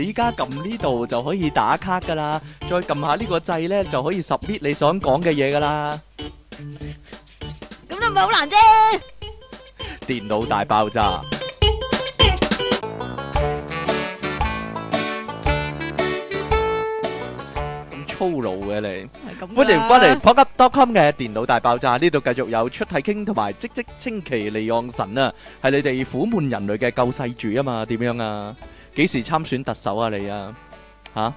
依家撳呢度就可以打卡噶啦，再撳下呢個掣咧就可以 submit 你想講嘅嘢噶啦。咁都唔係好難啫。電腦大爆炸。咁粗魯嘅你。係咁㗎啦歡迎翻嚟 p o c k u p c o m 嘅電腦大爆炸，呢度繼續有出體傾同埋即即稱奇利昂神啊，係你哋苦悶人類嘅救世主啊嘛？點樣啊？幾時參選特首啊？你啊？吓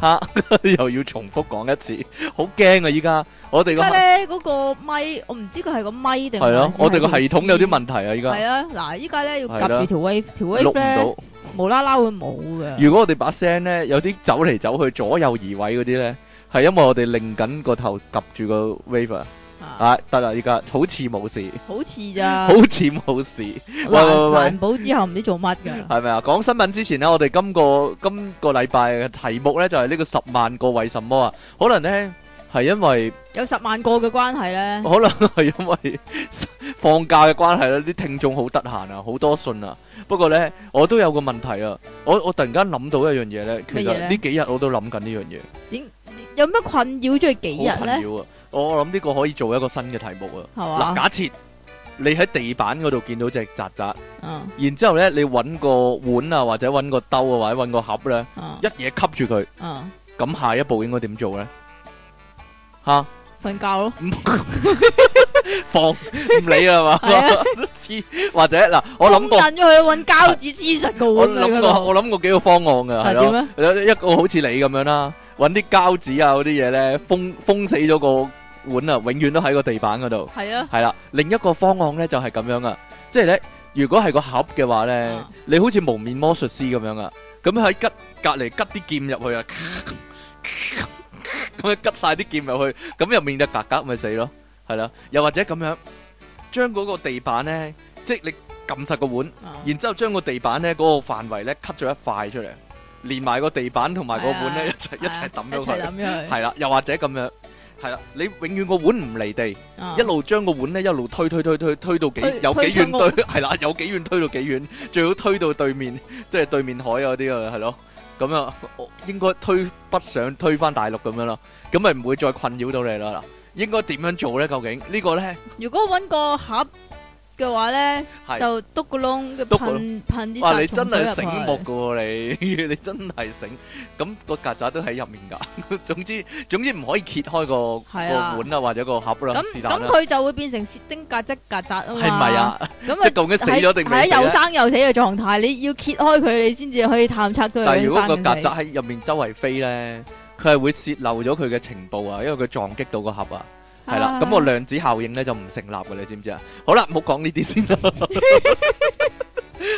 吓 又要重複講一次，好驚啊！依家我哋個而家係咧嗰個咪，我唔知佢係個咪定咯還，是我哋個系統有啲條問題啊！依線。家係啊，嗱，依家咧要係啦夾住條 wave，條錄 wave 唔咧到。無啦啦會冇嘅。如果我哋把聲咧有啲走嚟走去左右移位嗰啲咧，係因為我哋擰緊個頭及住個 wave 啊啊啊！得啦，依家好似冇事，好似咋好，似冇事。喂喂環喂環保之後唔知做乜㗎。系咪啊？講新聞之前呢，我哋今個今个礼拜嘅題目呢，就係呢個十萬個為什麼啊？可能呢，係因為有10萬個嘅關係呢，可能係因為 放假嘅關係啦，啲聽眾好得閒啊，好多信啊。不過呢，我都有個問題啊，我我突然間諗到一樣嘢呢，其實乜嘢呢呢幾日我都諗緊呢樣嘢。好有咩困擾咗佢幾日呢？困擾啊！我我諗呢個可以做一個新嘅題目啊。係嘛？嗱，假設你喺地板嗰度見到隻曱甴，然之后咧你揾個碗啊，或者揾個兜啊，或者揾個盒呢，一嘢吸住佢，嗯，嗯，嗯，瞓覺囉。咁下一步應該點做 呢？吓，放唔理啦嘛係啊，黐或者嗱，我諗過，啊封印咗佢，搵膠紙黐實個碗我諗喺嗰度。過，我諗過幾個方案噶，係係啊咯。一個好似你咁樣啦，揾啲膠紙啊嗰啲嘢呢，封封死咗個碗啊，永遠都喺個地板嗰度。點呢？係啊，系啦，另一個方案咧就係咁樣啊，即係咧，如果係個盒嘅話咧，啊你好似蒙面魔術師咁樣啊，咁喺吉隔離吉啲劍入去啊，咁樣吉晒啲劍入去，咁入面就格格咪死咯，係啦，又或者咁樣將嗰個地板咧，即係你撳實個碗，啊，然之後將個地板咧嗰、個範圍咧 cut 咗一塊出嚟，連埋個地板同埋個碗咧一齊一齊抌咗佢，係啊，一齊抌咗佢。係啦，又或者咁樣，係啦，你永遠個碗唔離地。啊，一路將個碗咧一路推推推推推到 幾推有幾推出遠屋對係啦，有幾遠推到幾遠，最好推到對面， 即係對面海嗰啲啊，係咯。咁啊，我應該推不上，推翻大陸咁樣咯，咁咪唔會再困擾到你啦。嗱，應該點樣做咧？究竟呢個咧如果搵個盒嘅話呢，係。就篤個窿，跟住篤個窿。噴-噴啲哇！你殺蟲真係水入去。醒目噶喎，你 你真係醒。咁、個曱甴都喺入面㗎。 總之總之唔可以揭開個個係啊碗啊，或者個盒啦咁-，是但啦。咁佢就會變成薛丁格質曱甴啊嘛。係咪啊？咁啊，即係究竟死咗定係啊，未死呢 有生有死嘅狀態，你要揭開佢，你先至可以探測到佢但係如果個生定曱死。甴喺入面周圍飛咧，佢係會泄漏咗佢嘅情報啊，因為佢撞擊到個盒啊，係啦，啊咁個量子效應咧就唔成立嘅，你知唔知啊？好啦，唔好講呢啲先啦，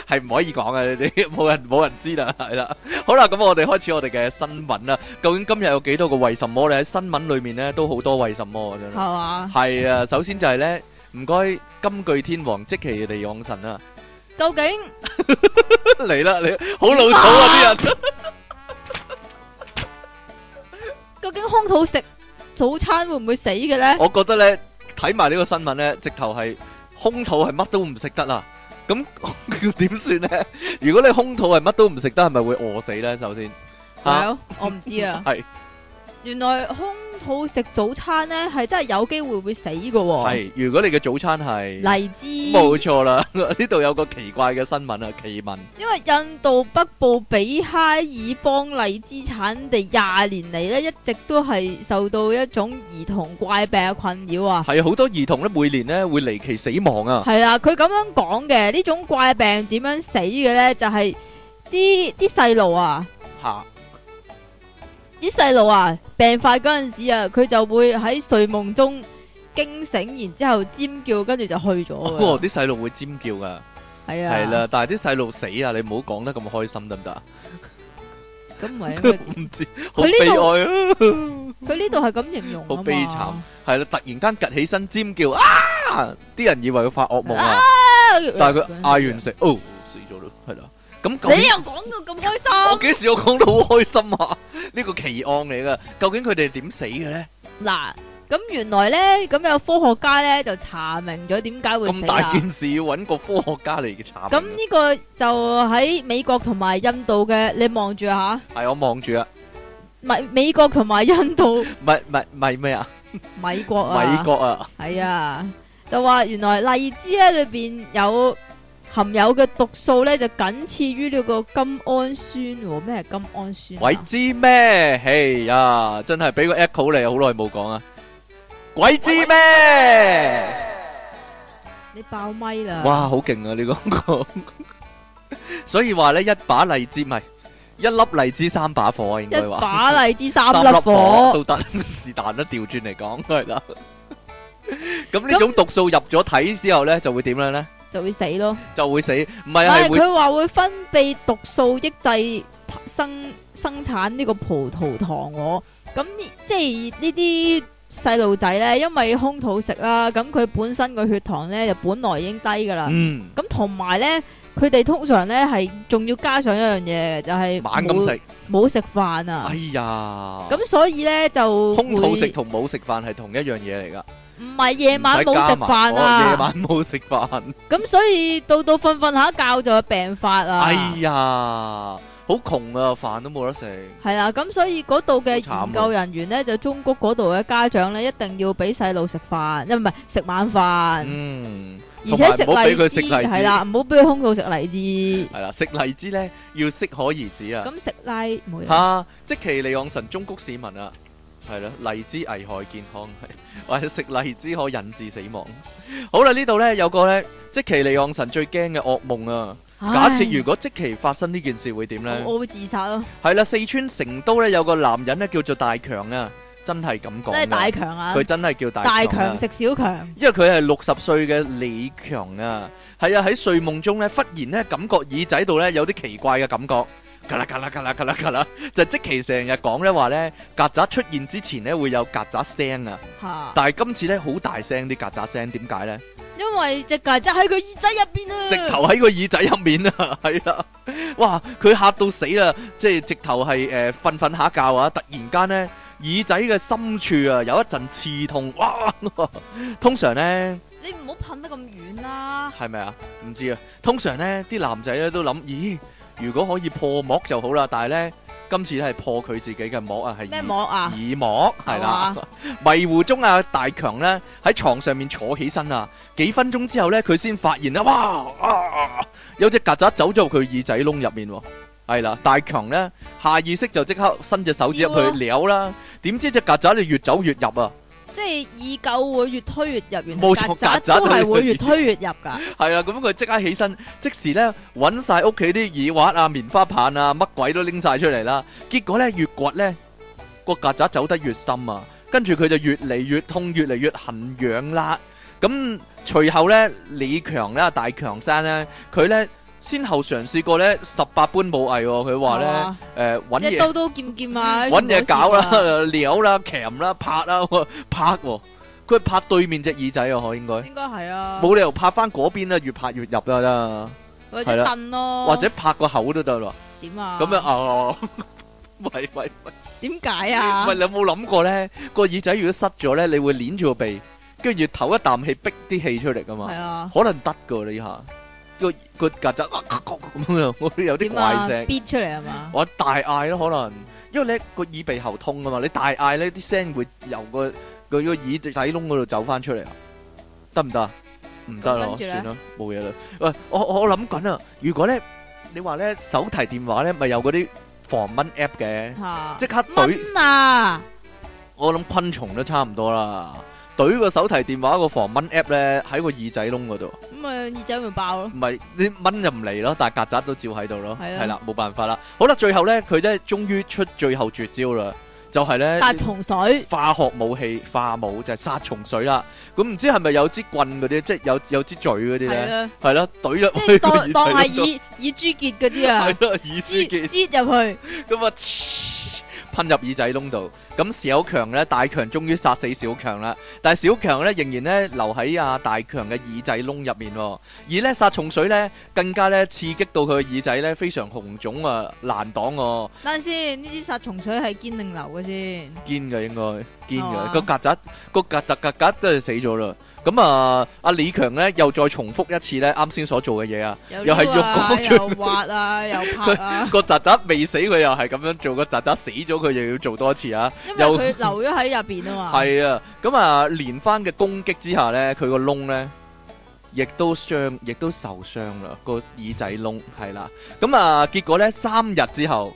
係唔可以講嘅，你哋 冇人冇人知啦，係啦，好啦，咁我哋開始我哋嘅新聞啦。究竟今日有幾多個為什麼咧？喺新聞裏面咧都好多為什麼啊真係。係嘛？係啊，首先就係咧，唔該金句天王即其地養神 啊！究竟嚟啦，你好老土啊啲人。究竟空肚食早餐會唔會死嘅 咧？我覺得咧睇埋呢個新聞咧，直頭係空肚係乜都唔食得啦。咁 要點算咧？如果你空肚係乜都唔食得，係咪會餓死咧？首先係咯，我唔知啊。 係原來空肚食早餐咧係真係有機會會死嘅喎。係，如果你嘅早餐係荔枝， 冇錯啦， 呢度有個奇怪嘅新聞啊，奇聞因為印度北部比哈爾邦荔枝產地廿年嚟咧，一直都係受到一種兒童怪病嘅困擾啊。係好多兒童咧每年咧會離奇死亡啊，係啦，佢咁樣講嘅呢種怪病點樣死嘅咧，就係啲啲細路啊。嚇啲細路啊，病發嗰陣時啊，佢就會喺睡夢中驚醒，然之後尖叫，跟住就去咗哦㗎。啲細路會尖叫噶，係啊，係啦，，但係啲細路死啊，你唔好講得咁開心得唔得啊？咁唔係應唔知好佢呢悲度哀啊！該佢呢度係咁形容啊嘛好悲慘 係啦，突然間趌起身尖叫啊！啲人以為佢發惡夢啊，但係佢嗌完食，哦死咗啦，係啦。咁究啊你啊竟又講到咁開我心幾時我講到好開心啊？呢個奇案嚟噶，究竟佢哋點死嘅咧？嗱，咁原來咧，咁有科學家咧就查明咗點解會死咁大啦。件事要揾個科學家嚟查咁明啊。呢個就喺美國同埋印度嘅，你望住吓，係我望住啊，美美國同埋 印度，咪咪咪咩啊？美國啊，美國啊，系啊，就話原來荔枝咧裏边有含有嘅毒素咧，就僅次於呢個金氨酸喎。咩係金氨酸鬼啊？知咩？嘿呀，真係俾個 echo 你，好耐冇講啊。鬼知咩？你爆咪啦！哇，好勁啊！你講個， 所以話咧，一把荔枝咪一粒荔枝三把火啊，應該一話。把荔枝三三粒火，都得， 是但啦，調轉嚟講係啦。咁呢種毒素入咗體之後咧，就會點樣咧？就會死咯。就會死，唔係但係係會佢話會分泌毒素抑制生生產呢個葡萄糖喎。咁呢即係呢啲細路仔咧，因為空肚食啦，咁佢本身個血糖咧就本來已經低噶啦。嗯咁同埋咧，佢哋通常咧係仲要加上一樣嘢嘅，就係猛咁冇食。冇食飯啊哎。呀，咁所以咧就空肚會食同冇食飯係同一樣嘢嚟㗎。唔係夜晚冇食飯哦夜啊。晚冇食飯。咁所以到到瞓瞓下覺就會病發啊。哎呀，好窮啊，飯都冇得食。系啦，咁所以嗰度嘅好慘啊研究人員咧，就中谷嗰度嘅家長咧，一定要俾細路食飯，唔係食晚飯，嗯，而且同埋唔好俾佢食食荔荔枝枝係啦，唔好俾佢空肚食荔枝。係啦，食荔枝咧要適可而止啊。咁食拉冇嘢，吓，即其利昂神中谷市民啊，系啦，荔枝危害健康，係 或者食荔枝可引致死亡。好啦，呢度呢有個呢，即其利昂神最驚嘅噩夢啊！假設如果即其發生呢件事會點唉呢？我我會自殺咯，係啦，四川成都呢有個男人呢叫做大強啊，真係咁真講係大㗎，強啊佢！真係叫大大強啊強食小強，因為佢係六十歲嘅李強啊，係啊喺睡夢中咧，忽然咧感覺耳仔度咧有啲奇怪嘅感覺，咔啦咔啦咔啦咔啦咔啦，就即其成日講咧話咧曱甴出現之前咧會有曱甴聲啊，吓，但係今次咧好大聲啲曱甴聲，點解咧？因為只曱甴喺佢耳仔入邊啊，直頭喺個耳仔入面啊，係啦，哇！佢嚇到死啦，即係直頭係誒瞓瞓下覺啊，突然間咧耳仔嘅深處啊有一陣刺痛，哇！通常咧。你唔好噴得咁遠啦，系咪啊？唔知啊。通常呢啲男仔咧都諗，咦，如果可以破膜就好啦。但係呢，今次係破佢自己嘅膜啊，係咩耳膜啊？耳膜係啦係。 迷糊中啊，大強呢喺床上面坐起身啊，幾分鐘之後呢，佢先發現啦，哇，啊有隻曱甴走咗入佢耳仔窿入面喎。係啦，大強呢下意識就即刻伸隻手指入要啊去撩啦，點知隻曱甴你越走越入啊！即係耳垢會越推越入，原來冇錯曱甴曱甴都係會越都推越入㗎。系啦，咁佢即刻起身，即時咧揾晒屋企啲耳環啊、棉花棒啊，乜鬼都拎晒出嚟啦。結果咧越掘咧個曱甴走得越深啊，跟住佢就越嚟越痛，越嚟越痕癢啦。咁隨後咧，李強啦、大強生咧，佢咧先後嘗試過咧十八般武藝喎。佢話係咧嘛誒揾啊一嘢。刀刀劍劍啊，揾嘢搞全部 都試啦、撩啦、鉗啦、拍啦、 拍喎、佢拍對面隻耳仔啊，可應該過，應該係啊，冇理由拍翻嗰邊啦，啊越拍越入啦哦啦。或係者啦凳咯，或者拍個口都得咯。點啊？咁樣哦， 喂喂點解啊喂，？你有冇諗過咧？個耳仔如果塞咗咧，你會捏住個鼻，跟住唞一啖氣，逼啲氣出嚟噶係嘛？啊，可能得噶呢下，個個曱甴啊咁樣， 有啲點怪啊？聲，逼出嚟係嘛？我大嗌咯，可能因為咧個耳鼻喉通啊嘛，你大嗌咧啲聲會由個個個耳仔窿嗰度走翻出嚟啊，得唔得啊？唔得咁咯，跟住咧算啦，冇嘢啦。喂，我我我諗緊啊，如果咧你話咧手提電話咧咪有嗰啲防蚊 app 嘅，嚇！即刻懟蚊啊！我諗昆蟲都差唔多啦，懟個手提電話個防蚊 app 咧喺個耳仔窿嗰度。咁啊耳仔咪爆咯，唔係啲蚊就唔嚟咯，但係曱甴都照喺度咯，係啊係啦，冇辦法啦。好啦，最後咧，佢咧終於出最後絕招啦，就係咧殺蟲水化學武器化武就係殺蟲水啦。咁唔知係咪有支棍嗰啲，即係有有支嘴嗰啲 係咧，啦，係啦，懟即咗去個係當耳當係仔度，耳耳珠結嗰 啲啊，係啦，耳擠之結擠入去，咁啊，嗤噴入耳仔窿度。咁小強咧，大強終於殺死小強啦。但係小強咧仍然咧留喺啊大強嘅耳仔窿入面、喎。而咧殺蟲水咧更加咧刺激到佢嘅耳仔咧非常紅腫啊，難擋喎、等陣先，呢支殺蟲水係堅定流嘅先，堅嘅應該堅係嘛嘅，個曱甴個曱甴曱甴都係死咗啦。咁啊，阿李強咧又再重複一次咧啱先所做嘅嘢啊，又係撩啊肉嗰又滑啊，又拍啊，個曱甴未死佢又係咁樣做，個曱甴死咗佢又要做多次啊。因 又為佢留咗喺入边啊嘛。係啊，咁啊，連番嘅攻擊之下咧，佢個窿咧亦都傷，亦都受傷啦，個耳仔窿係啦。咁啊，結果咧三日之後，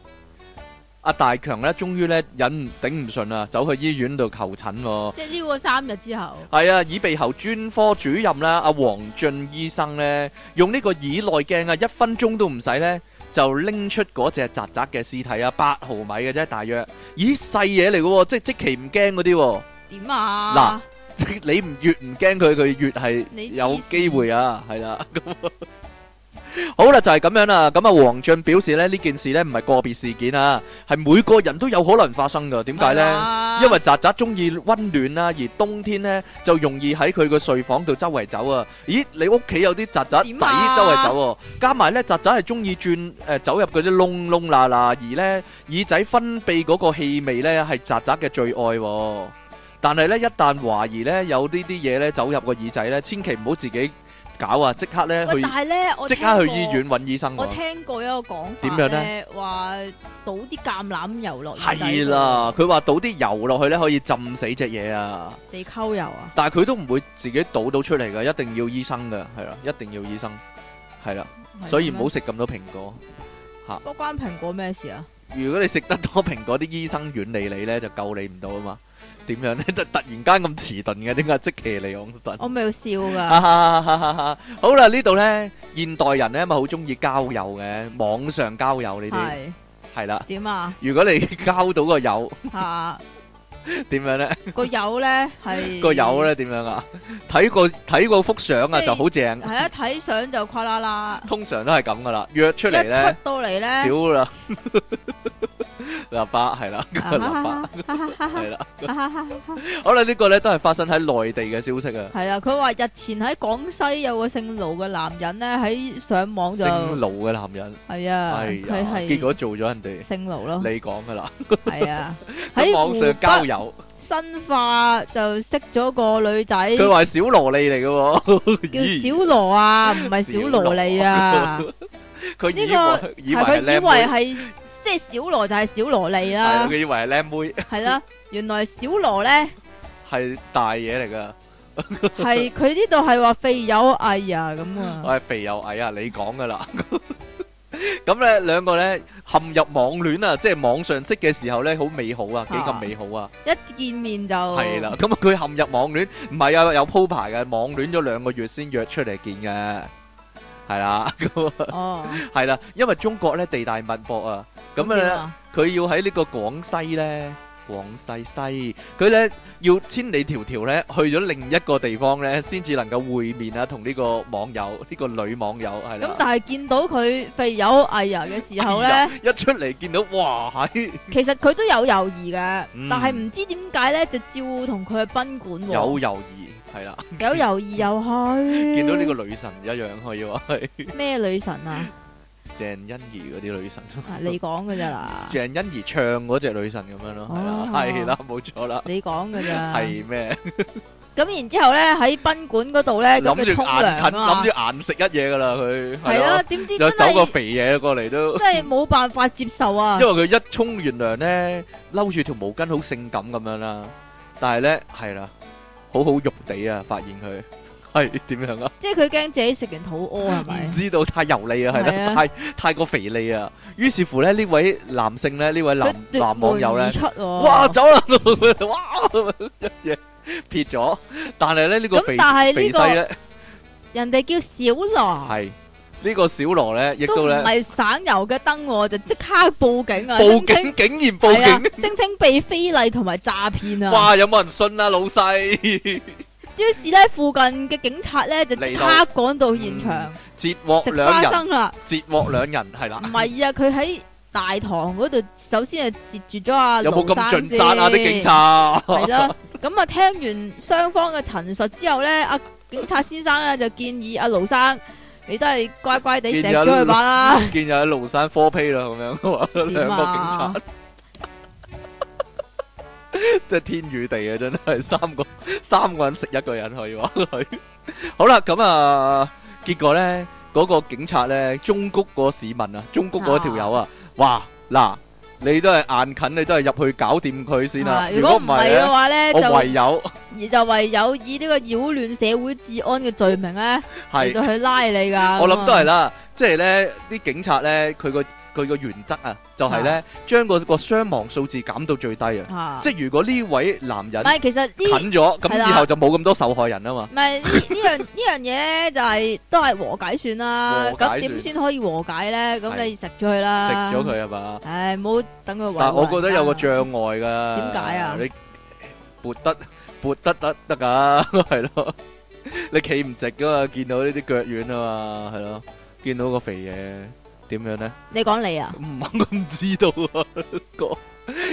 阿大強咧終於咧忍唔頂唔順啦，走去醫院度求診喎。即係呢個三日之後，係啊，耳鼻喉專科主任啦，阿黃俊醫生咧，用呢個耳內鏡啊，一分鐘都唔使咧，就拎出嗰只曱甴嘅屍體啊，八毫米嘅啫，大約。咦，細嘢嚟嘅喎，即係即其唔驚嗰啲喎。點啊？ 你唔越唔驚佢，佢越係你黐線有機會啊，係啦。咁 好啦，就係咁樣啦。咁啊，黃俊表示咧，呢件事咧唔係個別事件啊，係每個人都有可能發生噶。點解係呢？嘛因為曱甴中意温暖啦，而冬天呢就容易喺佢個睡房度周圍走啊。咦，你屋企有啲曱甴點仔啊周圍走喎，加埋呢曱甴係中意轉誒走入嗰啲窿窿罅罅，而呢耳仔分泌嗰個氣味呢係曱甴嘅最愛喎。但係呢，一旦懷疑呢有呢啲嘢呢走入個耳仔呢，千祈唔好自己搞啊！即刻呢喂，去但係咧，我即刻去聽過醫院揾醫生我喎。聽過一個講點法樣咧，話倒啲橄欖油落耳仔係啦，佢話倒啲油落去呢可以浸死隻嘢啊！度，地溝油啊，但係佢都唔會自己倒到出嚟嘅，一定要醫生嘅，係啦，一定要醫生，係啦，係所以咁唔好樣。食咁多蘋果。不過關蘋果咩事啊？如果你食得多蘋果，啲醫生遠離你呢，就救你唔到啊嘛。點樣呢？ 突突然間咁遲鈍嘅，點解即騎嚟昂頓？我咪要笑 哈噶，哈哈哈哈！好啦，呢度呢，現代人呢咪好中意交友嘅，網上交友呢啲係係啦。點啊？如果你 交到個友，吓點樣呢？ 個友咧係 個友呢點樣啊？睇個睇個幅相啊，即係就好正。係一睇相就跨啦啦，通常都係咁噶啦，約出一嚟呢。出到嚟咧，少 啦，喇叭係啦， 啊 喇叭係啦。係好啦，呢個咧都係發生喺內地嘅消息啊。啦，佢話日前喺廣西有個姓盧嘅男人咧喺上網就姓盧嘅男人，係啊，哎佢呀，係結果做咗人哋，姓盧咯，你講噶啦。係啊， 喺網湖上北交友，新化就識咗個女仔，佢話係小羅莉嚟嘅喎， 叫咦小羅啊，唔係小羅莉啊，佢以呢為 以為係佢係以靚為妹，係即係小羅就係小羅莉係啊啦，佢以為係靚妹，係啦，原來小羅咧係大嘢嚟噶。 係佢呢度係話肥有哎呀咁啊，我係肥又矮啊，你講噶 啦。咁咧兩個咧陷入網戀啊，即係網上識嘅時候咧，好美好啊，幾咁美好啊！一見面就係啦，咁啊佢陷入網戀，唔係啊有鋪排嘅，網戀咗兩個月先約出嚟見嘅，係 啦，咁啊哦，係啦，因為中國咧地大物博啊，咁點咧啊佢要喺呢個廣西咧，廣西西，佢咧要千里迢迢咧去咗另一個地方咧，先至能夠會面啊，同呢個網友，呢、個女網友係咁啦，但係見到佢肥有哎呀嘅時候咧，一出嚟見到，哇，係其實佢都有猶豫嘅，嗯但係唔知點解咧就照同佢去賓館喎，有猶豫，係啦，有猶豫又去，見到呢個女神一樣可以話係咩女神 啊？鄭欣宜嗰啲女神。啊你講嘅咋啦，鄭欣宜唱嗰只女神咁樣咯，係啦哦，係啦，冇錯啦，你講嘅咋。係咩？咁然之後咧喺賓館嗰度咧，咁諗住硬佢沖涼啊近，諗嘛住，硬食一嘢噶啦，佢係咯啦，，點 知真又走個係肥嘢過 嚟都，真係冇辦法接受啊！因為佢一沖完涼咧，摟住條毛巾好性感咁樣啦，但係咧係啦，好好肉地啊，發現佢 係點樣啊？即係佢驚自己食完肚屙啊係唔咪？知道太油膩啊，係係啊啦，太太過肥膩啊，於是乎咧呢位男性咧呢位男佢奪男網友門而咧。出喎，哇，走啦！ 哇，一嘢撇咗。但系咧呢個咁肥但係呢肥西個咧，人哋叫小羅，係呢個小羅咧，亦都都唔咧係省油嘅燈喎，就即刻報警啊！報聲稱警，竟然係啊報警！，聲稱被非禮同埋詐騙啊！ 哇，有冇人信啊，老細？於是咧，附近嘅警察咧就即刻嚟趕到現場，截獲食哦兩花人，生啦。截獲兩人，係唔啦。係啊，佢喺大堂嗰度，首先係截住咗阿有冇咁盧生盡責啊？啲先警察係啦，咁啊，聽完雙方嘅陳述之後咧，阿警察先生咧就建議阿盧生，你都係乖乖地建錫議阿咗佢把啦，啊見有喺龍 山科批啦，咁樣兩個點警察啊？真係天與地啊！真係三個 三個人食一個人可以話佢。好啦，咁啊，結果呢，嗰、個警察呢，中谷嗰個市民啊，中谷嗰條友啊，哇嗱，你都係硬近，你都係入去搞掂佢先啦。啊如如果果唔唔係係嘅呢，話咧，就我唯有而就唯有以呢個擾亂社會治安嘅罪名咧嚟係。到啊去拉你噶。我諗都係啦，即係咧啲警察咧，佢個佢個原則啊，就係咧將個個傷亡數字減到最低啊！即吓，係如果呢位男唔人係其實呢近咗，咁係啦以後就冇咁多受害人啊嘛。唔 係呢呢樣呢樣嘢咧，就係都係和解算啦。和解咁算點先可以和解咧？咁係你食咗佢食啦，咗。佢係嘛？唉，唔好等佢啊但係我覺覺得有個障礙㗎。點解啊你撥得撥得得得㗎， 係咯？你企唔直㗎嘛？見到呢啲腳軟啊嘛，係咯？見到個肥嘢點樣咧？你講你啊，唔我唔知道啊， 個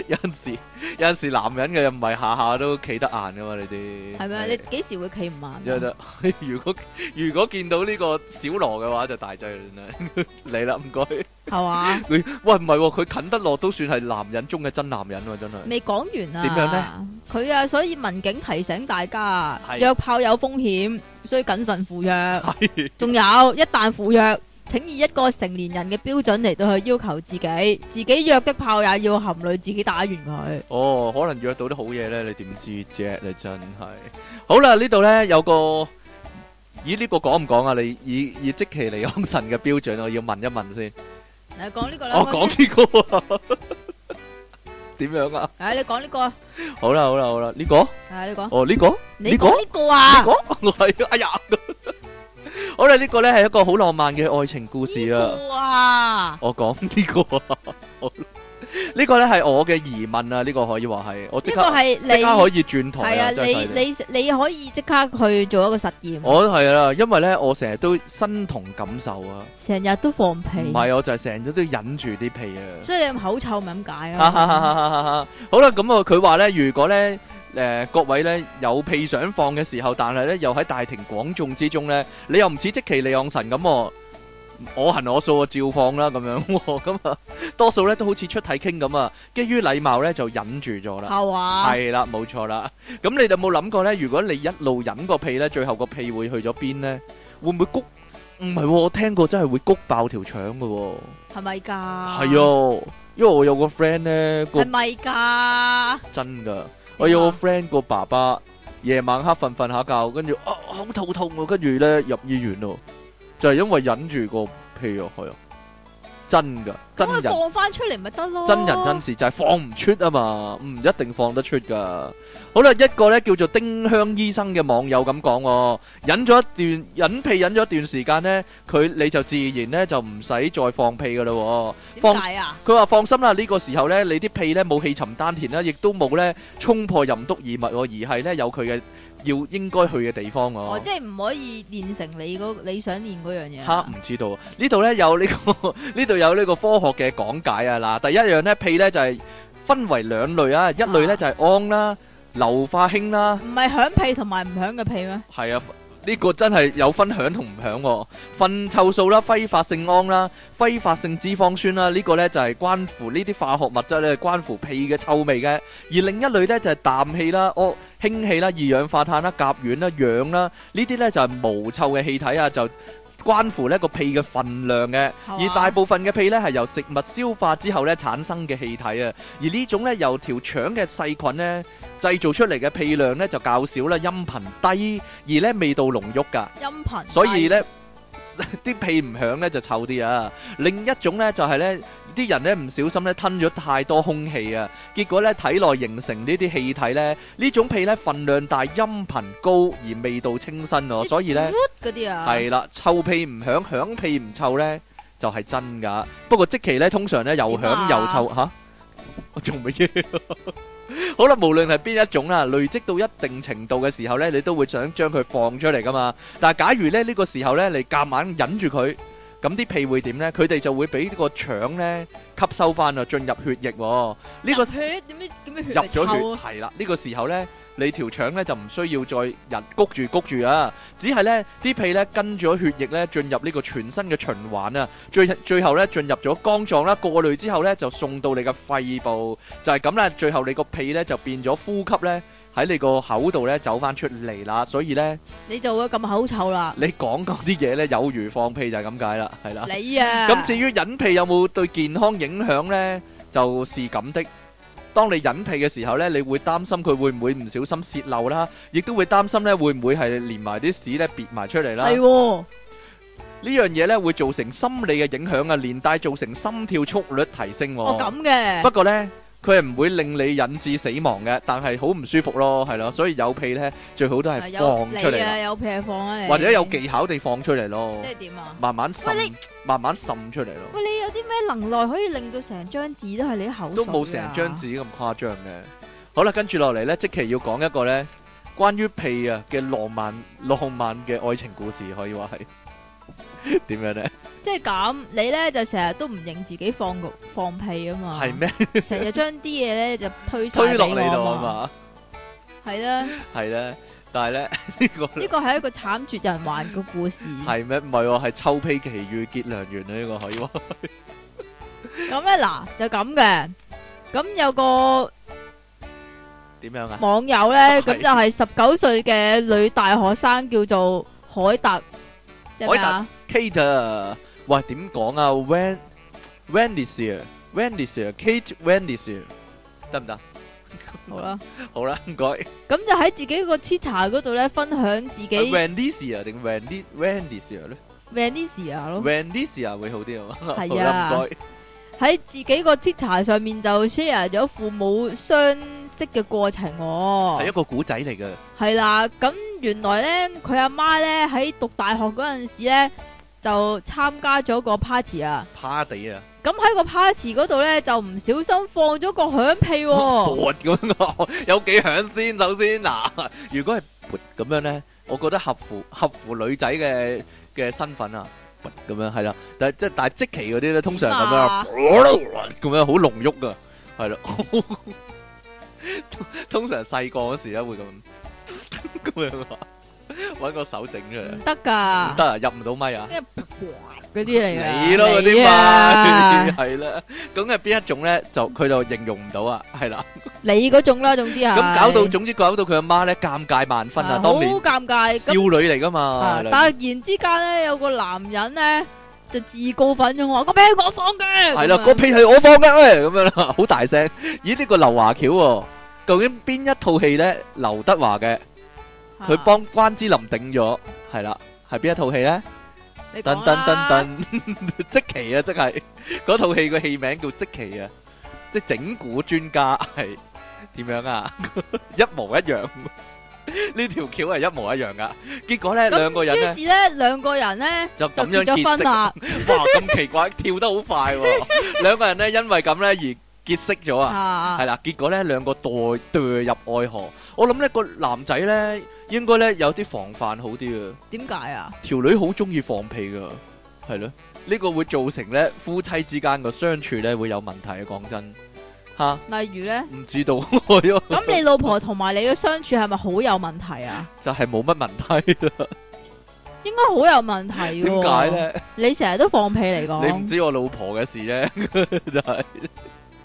有阵时有阵时男人嘅又唔係下下都企得硬噶嘛，你哋係咪？你幾時會企唔啊慢？有得 如果如果見到呢個小羅嘅話就大劑啦， 嚟啦唔該。係嘛？佢喂唔係喎，佢近得落都算係男人中嘅真男人喎，真係。未講完點啊！樣佢啊，所以民警提醒大家係，約炮有風險，需謹慎赴約。係仲有，一旦赴約，請以一個成年人嘅標準嚟到去要求自己，自己約的炮也要含淚自己打完佢。哦，可能約到啲好嘢咧，你點知啫？你真係。好啦，呢度咧有個。咦？呢、個講唔講啊？你以以即其尼康神嘅標準，我要問一問先。嚟講呢個啦，我哦講呢個啊， 點樣啊？唉，你講呢個，好啦好啦好啦，呢個唉，你講，哦呢個 呢你個講呢個啊個，係啊哎呀， 好啦呢個咧係一個好浪漫嘅愛情故事啊！呢個啊，我講 呢個啊，好呢個咧係我嘅疑問啊！呢個可以話係我即呢個刻係即刻可你以轉台係啊，真係犀利你你你可以即刻去做一個實驗，我係啦，因為咧我成日都身同感受啊，成日都放屁，唔係我就係成日都忍住啲屁啊。所以你口臭咪咁解 哈哈哈咯。哈哈哈好啦，咁啊，佢話咧，如果咧，誒、各位咧有屁想放嘅時候，但係咧又喺大庭廣眾之中咧，你又唔似即其利昂神咁喎，我行我素啊，照放啦咁樣喎， 咁啊，多數咧都好似出體傾咁啊，基於禮貌咧就忍住咗啦。係話係啦，冇錯啦。咁你有冇諗過呢？如果你一路忍個屁呢，最後個屁會去咗邊呢？會唔會谷？唔係喎，我聽過真係會谷爆條腸嘅喎。係咪㗎？係係啊，因為我有個 friend 呢，個係咪㗎？真啊噶，我有個 friend 個爸爸夜晚黑瞓瞓下覺，跟住啊好肚痛喎，跟住咧入醫院咯，就係因為忍住個屁啊，係啊，真噶，真咁咪啊人放翻出嚟咪得咯。真人真事就係放唔出啊嘛，唔一定放得出噶。好啦，一個咧叫做丁香醫生嘅網友咁講喎，忍咗一段忍屁忍咗一段時間咧，佢你就自然咧就唔使再放屁噶啦喎。點解啊？佢話放心啦，呢、個時候呢，你啲屁呢冇氣沉丹田啦，啊亦都冇呢衝破任督二脈喎，而係呢有佢嘅要應該去嘅地方喎。哦，即係唔可以練成你嗰你想練嗰樣嘢。吓唔知道呢度呢有呢、個 呢度有呢個科學嘅講解啊！嗱，第一樣呢，屁呢就係、分為兩類啊，一類呢就係氨啦、硫化氫啦。唔係響屁同埋唔響嘅屁咩？係啊，呢、個真係有分享同唔享喎、糞臭素啦、揮發性胺啦、揮發性脂肪酸啦，呢、個呢就係、關乎呢啲化學物質咧，關乎屁嘅臭味嘅。而另一類呢，就係、氮氣啦、哦氫氣啦、二氧化碳啦、甲烷啦、氧啦，呢啲呢就係、無臭嘅氣體啊，就關乎呢個屁嘅份量嘅。à? 而大部分嘅屁咧係由食物消化之後咧產生嘅氣體啊，而呢種咧由條腸嘅細菌咧製造出嚟嘅屁量咧就較少啦，陰頻低，而咧味道濃郁㗎，音頻，所以咧 啲屁唔響咧就臭啲啊。另一種咧就係咧啲人咧唔小心咧吞咗太多空氣啊，結果咧體內形成呢啲氣體咧，呢種屁咧份量大、陰頻高而味道清新哦，即所以咧。嗰啲啊，係啦，臭屁唔響，響屁唔臭呢，就係、真噶。不過即期呢，通常呢又點啊響又臭吓、 我做乜嘢？ 好啦，無論係邊一種啦，累積到一定程度嘅時候呢，你都會想將佢放出嚟噶嘛。但係假如呢，呢、個時候呢，你夾硬忍住佢，咁啲屁會點呢？佢哋就會俾個腸呢吸收翻啊，進入血液、喎。呢、個入血點知點樣血入咗咪臭血啊係啦，呢、個時候呢，你條腸咧就唔需要再人谷住谷住啊，只係咧啲屁咧跟住咗血液咧進入呢個全身嘅循環啊，最最後咧進入咗肝臟啦，過濾之後咧就送到你嘅肺部，就係咁啦。最後你個屁咧就變咗呼吸咧喺你個口度咧走翻出嚟啦，所以咧你就會咁口臭啦。你講嗰啲嘢咧有如放屁就係咁解啦，係啦。你啊，咁至於隱屁有冇對健康影響呢？就是咁的。當你隱屁嘅時候呢，你會擔心佢會唔會唔小心泄漏啦，亦都會擔心呢會唔會係連埋啲屎呢別埋出嚟啦。係喎，呢樣嘢呢會造成心理嘅影響啊，連帶造成心跳速率提升喎。我哦咁嘅不，過呢，佢係唔會令你引致死亡嘅，但係好唔舒服咯，係咯。所以有屁呢，最好都係啊有放你出嚟啊，啦，有屁放啊你，或者有技巧地放出嚟咯即，係點啊？慢慢滲喂你，慢慢滲出嚟咯。喂，你有啲咩能耐可以令到成張紙都係你口都水冇成張紙咁誇張嘅。好啦，跟住落嚟呢，即期要講一個呢關於屁啊嘅浪漫 浪漫嘅愛情故事，可以話係 點樣呢？即係咁，你咧就成日都唔認自己放個放屁啊嘛， 係？咩？成日將啲嘢咧就推晒推落俾嚟我度啊嘛，啊係 啦，嘛，係呢。但係呢， 呢個呢個係一個慘絕人寰嘅故事。係咩？唔係喎，係臭屁奇遇結良緣啊！呢個可以話咁咧嗱就咁嘅，咁有個點樣啊？網友 咧，係咁就係十九歲嘅女大學生叫做海特，即係咩啊？ Kate，喂點講啊？Van Vanessa，Vanessa，Kate Vanessa，得唔得？好啦，好啦，唔該。咁就喺自己個 Twitter 嗰度咧分享自己 Vanessa 定 Van Vanessa 咧？ Venicia 咯， Vanessa 會好啲啊嘛，係好 啦，啊唔該，喺自己個 Twitter 上面就 share 咗父母相識嘅過程係一喎。個古仔嚟嘅，係啦，咁原來咧佢阿媽咧喺讀大學嗰陣時咧就參加咗個 party 啊，趴地啊， 咁喺個 party 嗰度咧就唔小心放咗個響 屁喎。撥咁樣，有幾響先？首先嗱，如果係撥咁樣咧，我覺得合乎合乎女仔嘅嘅身份啊，撥咁樣係啦，但係即係但係即期嗰啲咧，通常咁樣啊咁樣好濃郁噶，係 咯，通通常細個嗰時咧會咁 咁樣啊，揾個手整出嚟唔，得噶唔，得啊，入唔到咪啊！嗰啲嚟㗎你咯嗰啲嘛， 啊係啦。咁係邊一種咧？就佢就形容唔到啊，係啦。你嗰種啦，總之係咁搞到，總之搞到佢阿媽咧尷尬萬分啊！啊當年好尷尬。少咁女嚟噶嘛啊，突，然之間咧，有個男人咧就自告奮勇話：個俾我放嘅，係啦，咁個樣屁係我放嘅，喂咁樣 啦，好大聲。咦？呢個劉華橋喎，究竟邊一套戲咧？劉德華嘅，佢啊幫關之琳頂咗，係啦，係邊一套戲咧？啊你噔講噔啦噔 噔，即奇啊，即係嗰套戲個戲名叫即奇啊，即係整蠱專家係點樣 啊？一模一樣，呢條橋係一模一樣噶。結果咧，咁兩個人於咧是咧，兩個人咧就就咁樣結咗結婚識，哇啦，咁奇怪，跳得好快喎！兩個人咧因為咁咧而結識咗 À. 啊，係啊，啦。結果咧兩個墮墮入愛河。我諗咧個男仔咧應該咧有啲防範好啲啊。點解啊？條女好中意放屁噶，係咯，呢個會造成咧夫妻之間個相處咧會有問題嘅。講真，吓例如咧，唔知道， 係咯咁你老婆同埋你嘅相處係咪好有問題啊？就係冇乜問題啦。應該好有問題嘅。點解？咧？你成日都放屁嚟你唔講，知我老婆嘅事啫， 就係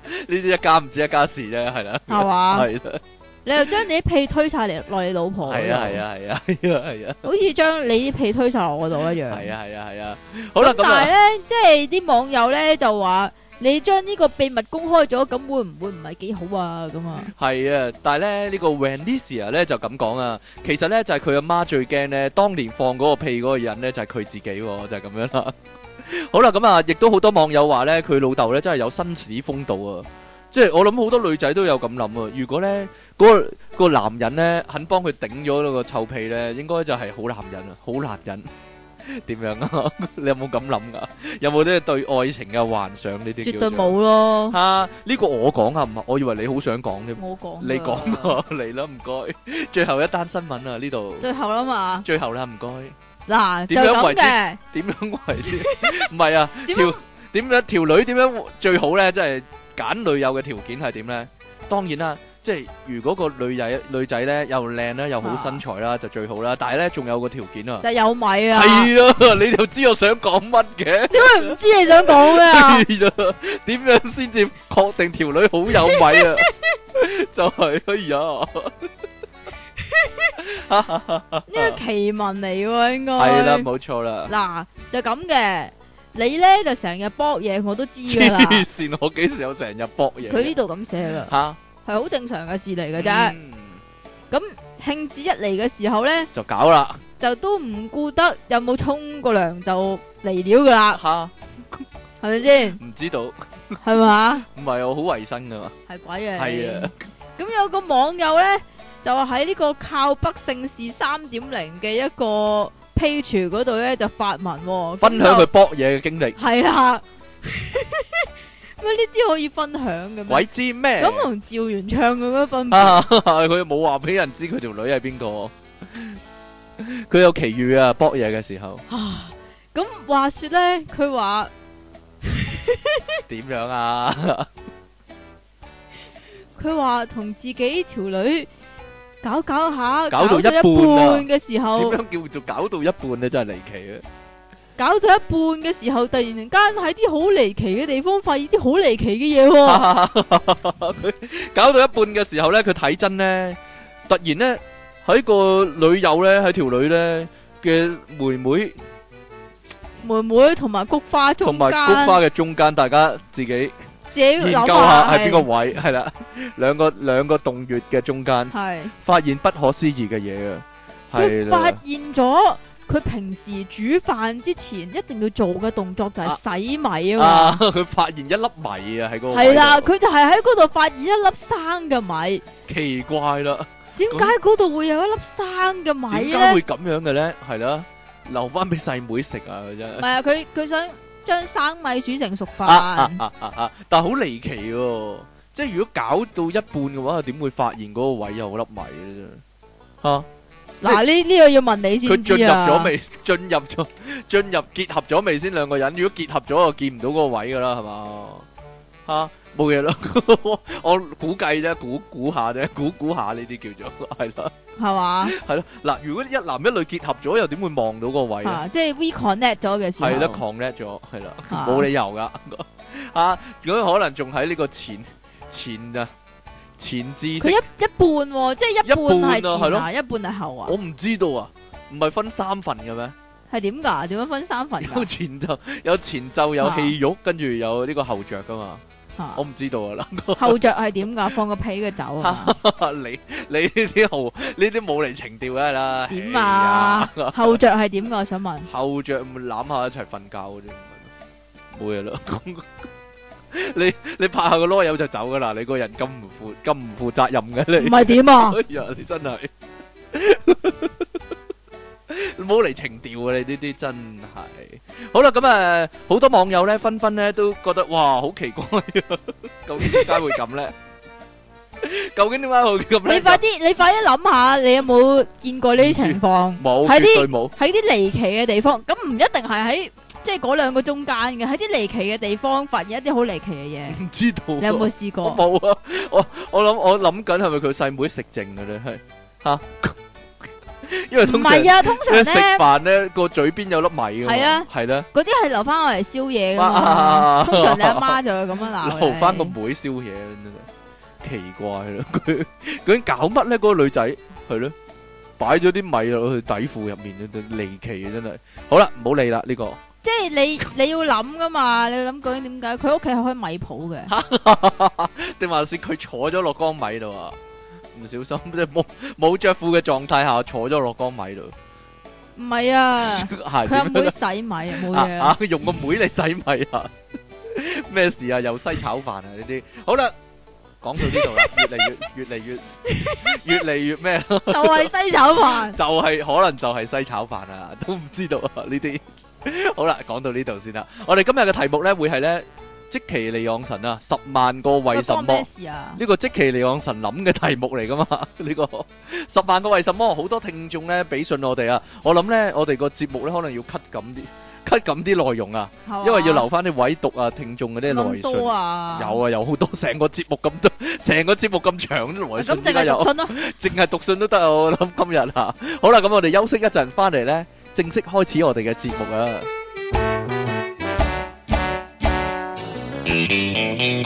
呢啲一家唔知一家事啫，係啦，係嘛？係啦，你又將你啲屁推晒嚟落你老婆嗰係度，啊，係啊，係啊，係啊，係啊，好似將你啲屁推晒落我度一樣。係啊，係啊，係啊，好啦，咁咁但啊，係咧，即係啲網友咧就話你將呢個秘密公開咗，咁會唔會唔係幾好啊？咁啊，係啊，但係咧呢個 Vanessa 咧就咁講啊，其實咧就係佢阿媽最驚咧，當年放嗰個屁嗰個人咧就係佢自己喎，就係咁樣啦。 好啦，咁啊，亦都好多網友話咧，佢老豆咧真係有紳士風度啊，即係我諗好多女仔都有咁諗啊。如果咧嗰個嗰個男人咧肯幫佢頂咗嗰個臭屁咧，應該就係好男人啊，好男人。 點樣啊？ 你有冇咁諗噶？有冇啲對愛情嘅幻想呢啲？絕對冇。咯，啊，呢個我講啊，唔係，我以為你好想講添。我講。啊你講。啊過嚟啦，唔該。最後一單新聞啊，呢度最後啦嘛，最後啦，唔該。嗱就點樣為咁之嘅，點樣為 之？唔係啊，點條樣點樣條女點樣最好咧？即係揀女友嘅條件係點咧？當然啦，就即係如果個女仔女仔咧又靚啦，又啊好身材啦，就最好啦。但係咧仲有個條件啊，就有米啦。係咯，你就知我想講乜嘅。點解唔知你想講咩啊？係啦， 點樣先至確定條女好有米 啊？就係哎呢個奇聞嚟喎，應該呀，係啦，啊冇錯啦。嗱就咁嘅，你咧就成日搏嘢，我都知噶啦。黐線，我幾時有成日搏嘢嘅？佢呢度咁寫噶，吓係好正常嘅事嚟嘅啫。嗯興致一嚟嘅時候咧，就搞啦就都唔顧得有冇沖過涼就嚟料噶 啦，吓，係咪先？唔知道，唔係嘛？係我好衞生噶嘛，係鬼啊！你係啊。咁有個網友咧，就喺呢個靠北盛事三點零嘅一個 page 嗰度咧就發文、喎，分享佢搏嘢嘅經歷。系啦。 乜呢啲可以分享嘅咩？鬼知咩？咁同趙元暢咁樣分別，啊， 佢冇話俾人知佢條女係邊個。佢有奇遇啊，搏嘢嘅 時候啊咁、話说咧，佢話點樣啊？佢話同自己條女搞搞下，搞到一搞一半半啊嘅時點候，樣叫做搞到一半咧？真係離奇搞到一半嘅時候，突然間喺啲好離奇嘅地方發現啲好離奇嘅嘢喎。啊！ 佢搞到一半嘅時候咧，佢睇真咧，突然咧喺個女友咧，喺條女咧嘅妹妹妹妹同埋菊花同中埋間，菊花嘅中間，大家自己自己研諗究下係係邊個位，係啦， 兩個兩個洞穴嘅中間。係發現不可思議嘅嘢啊，係佢發啦，現咗佢平時煮飯之前一定要做嘅動作就係洗米啊嘛。啊， 佢發現一粒米啊喺嗰個係啦，位度佢就係喺嗰度發現一粒生嘅米。奇怪啦，點解嗰度會有一粒生嘅米點解咧？會咁樣嘅咧？係啦，留翻俾細妹食啊，佢真唔係係啊，佢佢想將生米煮成熟啊啊飯，啊啊啊！但係好離奇喎，即係如果搞到一半嘅話，點會發現嗰個位有粒米咧？嚇！嗱呢呢個要問你佢進先知入咗啊。未？進入咗， 進入結合咗未先？兩個人如果結合咗，就見唔到嗰個位噶啦，係嘛？嚇、冇嘢咯， 我估計啫，估估下啫，估估下呢啲叫做 係啦，係嘛？係咯。嗱，如果一男一女結合咗，又點會望到嗰個位咧？啊，即係 reconnect 咗嘅時候。係啦，connect 咗，係啦，啊冇理由 噶。啊，咁可能仲喺呢個前前啊前置佢式，一一半喎，即係一一半啊半係係前咯啊，一半係後啊我，唔知道啊，唔係分三份嘅咩？係點㗎？點樣分三份有㗎？前奏，有前奏，有戲肉，跟住有呢個後着噶嘛，啊我唔知道啊 後着係點㗎？放個屁嘅走哎啊？嗱，你你呢啲後呢啲冇嚟情調嘅啦，點 啊哎呀？後着係點㗎？我想問。後着咪攬下一齊瞓覺嗰啲，咪冇嘢咯。咁 你你拍下個啰柚就走噶啦，你個人咁唔負咁唔負責任嘅唔你，係 點啊？哎呀你真係，冇嚟情調啊你呢啲真係。好啦，咁誒好多網友咧紛紛咧都覺得哇好奇怪 啊，究竟點解會咁咧？究竟點解會咁咧？你快啲，你快啲諗下，你有冇見過呢啲情況？冇，喺啲絕對 冇。喺啲離奇嘅地方，咁唔一定係喺即係嗰兩個中間嘅，喺啲離奇嘅地方發現一啲好離奇嘅嘢，唔知道啊。你有冇試我過？冇啊！我我谂我谂紧系咪佢細妹食剩嘅咧？係 吓，因為唔通常係啊，通常咧咧食飯咧個嘴邊有粒米噶係啊，係啦，嗰啲係留翻我嚟宵夜噶啊啊啊啊嘛，通常你阿媽就會咁樣鬧留翻個你妹宵夜真係奇怪啦！ 佢究竟搞乜咧？嗰個女仔係咯，擺咗啲米落去底褲入面，離奇啊真係。好啦，唔好理啦呢個。 即係你你要諗噶嘛，你要諗究竟點解佢屋企係開米鋪嘅，定還是佢坐咗落江米度啊？唔小心 即係冇冇着褲嘅狀態下坐咗落江米度，唔係啊， 係佢阿點樣妹洗米啊，冇啊嘢啦啊！用個妹嚟洗米啊？ 咩事啊？又西炒飯啊？呢啲好啦，講到呢度啦，越嚟越越嚟越越嚟越咩？啊就係西炒飯。就係、可能就係西炒飯啊， 都唔知道啊呢啲。 好啦，講到呢度先啦。我哋今日嘅題目呢，會係呢：「即其利昂神啊，十萬個為喂什關麼咩。事啊？呢個即其利昂神諗嘅題目嚟噶嘛？ 呢、個十萬個為什麼，好多聽眾咧俾信我哋啊！我諗咧，我哋個節目咧可能要 cut 咁啲 cut 咁啲內容啊，係嘛因為要留翻啲位讀啊聽眾嗰啲咁來信。多啊，有啊，有好多成個節目咁多，成個節目咁長啲來信。咁依淨家係有讀信咯，淨係讀信都得啊！我諗今日啊， 好啦，咁我哋休息一陣，翻嚟咧正式開始我哋嘅節目啊！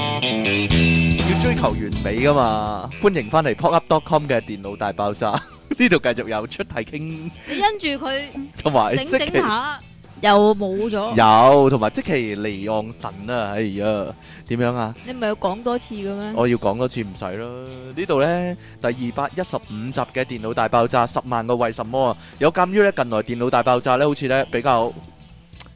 要追求完美噶嘛，歡迎翻嚟 popup.com 嘅電腦大爆炸， 呢度繼續有出體傾你因住佢同埋整即整期下又冇咗，有，同埋即期離岸神啊！哎呀，點樣啊？你咪要講多次嘅咩？我要講多次唔使咯，呢度呢，第二百一十五集嘅電腦大爆炸十萬個為什麼啊，有鑑於呢近來電腦大爆炸呢，好似呢比較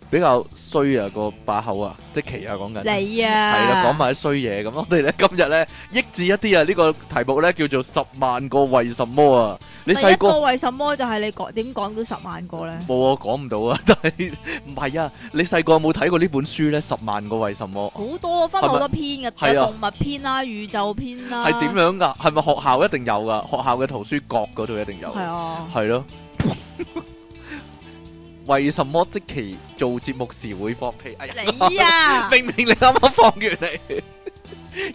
比較衰啊個把口啊，即期啊講緊，係你啊，啦講埋啲衰嘢咁，我哋呢 今日呢，益智一啲啊，呢、個題目呢叫做十萬個為什麼啊，你第一細個。個為什麼就係你講點講到十萬個咧？冇啊，講唔到啊！ 但係唔係啊？你細個有冇睇過呢本書呢？《十萬個為什麼》好多分好多篇係啊嘅，有動物篇啦、宇宙篇啦，係點？樣㗎？係咪學校一定有㗎？學校嘅圖書角嗰度一定有。係 啊，系咯。为什么即期做節目時會放屁？哎呀，你 啊，明明你啱啱放完嚟，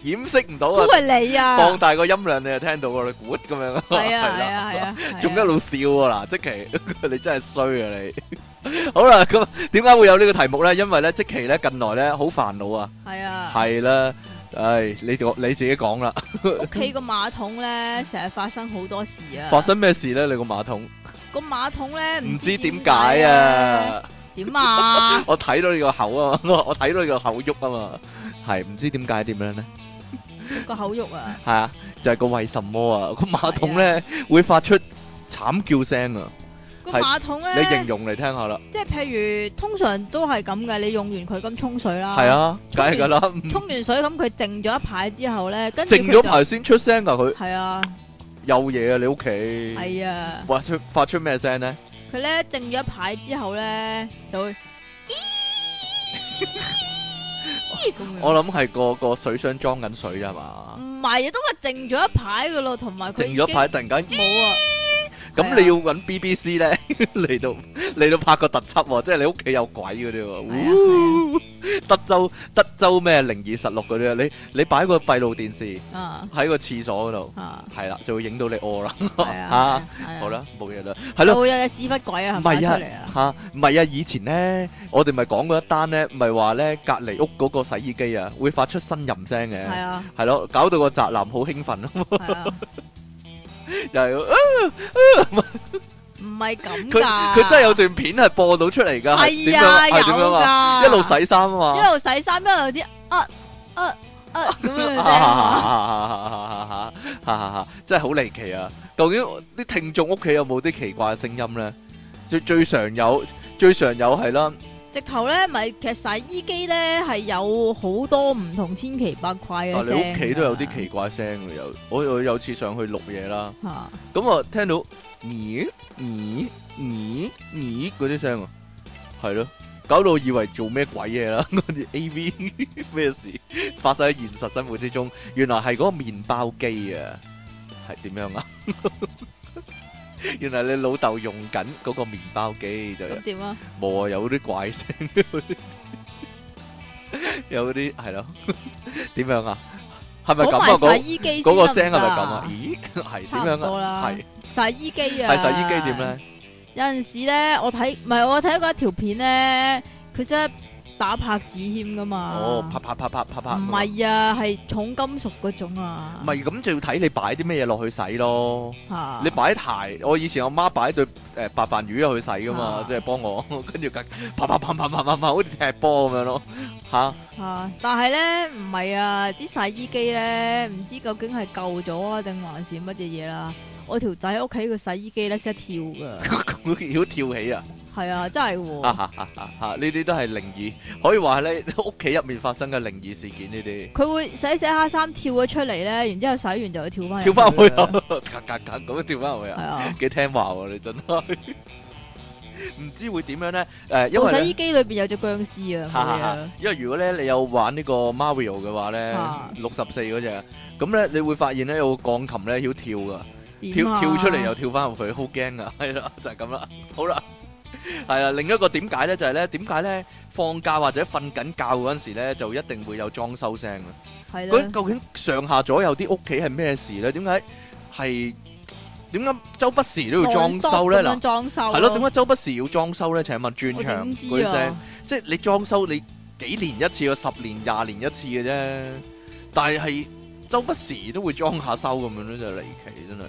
掩飾唔到都啊！係你啊，放大個音量你就聽到我哋咕咁樣啊，係係啊係啊啦係啊係啊，仲一路笑啊嗱，即期 你真係衰啊你！ 好啦，咁點解會有呢個題目呢？因為呢，即期呢近來呢好煩惱啊，係啊，係啦，唉，你講你自己講啦，屋企個馬桶咧成日發生好多事啊，發生咩事呢？你個馬桶個馬桶咧唔知點點解啊！！點啊？ 我睇到你個口啊嘛，我我睇到你個口喐啊 嘛，係唔知點解點樣咧？個口肉啊，係啊，就係個為什麼啊？個馬桶咧會發出慘叫聲啊！個係馬桶咧，你形容嚟聽下啦，即係譬如通常都係咁嘅，你用完佢咁沖水啦，係，啊，梗係㗎啦，沖完水咁佢靜咗一排之後咧，跟住靜咗排先出聲㗎，佢排，係啊，有嘢啊！你屋企係啊，發出發出咩聲咧？佢咧靜咗一排之後咧就會咦咁樣，我諗係個個水箱裝緊水啫嘛，唔係啊，都話靜咗一排噶咯，同埋佢靜咗已排經突然間。冇啊，咁係啊你要揾 BBC 咧 嚟到嚟到拍個特輯喎，即係你屋企有鬼嗰啲喎係啊啊呜，德州德州咩靈異實錄嗰啲啊，你你擺個閉路電視啊喺個廁所嗰度，啊，係啦就會影到你屙啦，係 啊，係啊好，啦冇嘢啦，係就咯會有隻屎忽鬼啊，唔係咪出係嚟啊啊？嚇唔係啊，以前咧我哋咪講過一單咧，咪話咧隔離屋嗰個洗衣機啊會發出呻吟聲係嘅，啊，係咯搞到個宅男好興奮咯，係啊， 又係啊唔係咁佢㗎，佢真係有段片係播到出嚟㗎，係係點樣啊，係點樣啊？有㗎，一路洗衫啊嘛，一路洗衫，一路有啲啊啊 啊咁樣嘅啫。啊真係好離奇啊！究竟啲聽眾屋企有冇啲奇怪嘅聲音咧？最最常有，最常有係啦，直頭咧，咪其實洗衣機咧係有好多唔同千奇百怪啊嘅你聲㗎。屋企都有啲奇怪聲嘅，有我我有次上去錄嘢啦，嚇咁我聽到咦咦咦咦嗰啲聲啊，係咯，搞到我以為做咩鬼嘢 啦，嗰啲 A V 咩事發生喺現實生活之中，原來係嗰個麵包機啊，係點 樣啊？原來你老豆用緊嗰個麵包機就有咁點啊？冇啊，有啲怪聲， 有啲係 咯，點樣啊？係咪咁啊？講埋嗰洗衣機嗰個聲聲係咪咁啊？咦，係點差唔樣多啊？啦係。洗衣機啊！係洗衣機點？咧？有陣時咧，我睇唔係我睇過一條片咧，佢真係打拍子添噶嘛。哦，啪啪啪啪啪啪。啊唔係啊，係重金屬嗰種啊。唔係咁就要睇你擺啲咩嘢落去洗咯。嚇你擺鞋，我以前我媽擺對誒白飯魚落去洗噶嘛啊，即係幫我， 跟住佢啪啪啪啪啪啪啪，好似踢波咁樣咯。嚇， 啊！但係咧唔係啊，啲洗衣機咧唔知究竟係舊咗啊，定還是乜嘢嘢啦？我條仔屋企個洗衣機咧識得跳噶，咁要跳起啊！係啊，真係喎、啊啊啊啊啊！呢啲都係靈異，可以話係咧屋企入面發生嘅靈異事件呢啲。佢會洗洗下衫跳咗出嚟咧，然之後洗完就會跳翻跳翻去啊！ 啊，格格格咁樣跳翻去係啊！啊，幾聽話喎你真係，唔知會點樣咧？誒，因部為咧洗衣機裏邊有隻僵屍啊，哈冇哈嘢哈啊，因為如果咧你有玩呢個 Mario 嘅話咧啊，六十四嗰只，咁咧你會發現咧有個鋼琴咧要跳噶，點跳 啊跳出嚟又跳翻入去，好驚噶，係啦，就係咁啦。好啦，系啊，另一個點解咧就係咧，點解咧放假或者瞓緊覺嗰阵时咧，就一定會有裝修聲啊？係究竟啦，究竟上下左右啲屋企係咩事咧？點解係點解周不時都要裝修咧？嗱，裝修係咯，點解周不時要裝修咧？請問轉我場點嗰知啲聲啊？？即係你裝修你幾年一次，啊十年廿年一次嘅啫，但係係周不時都會裝下修咁樣咧，就離奇真係。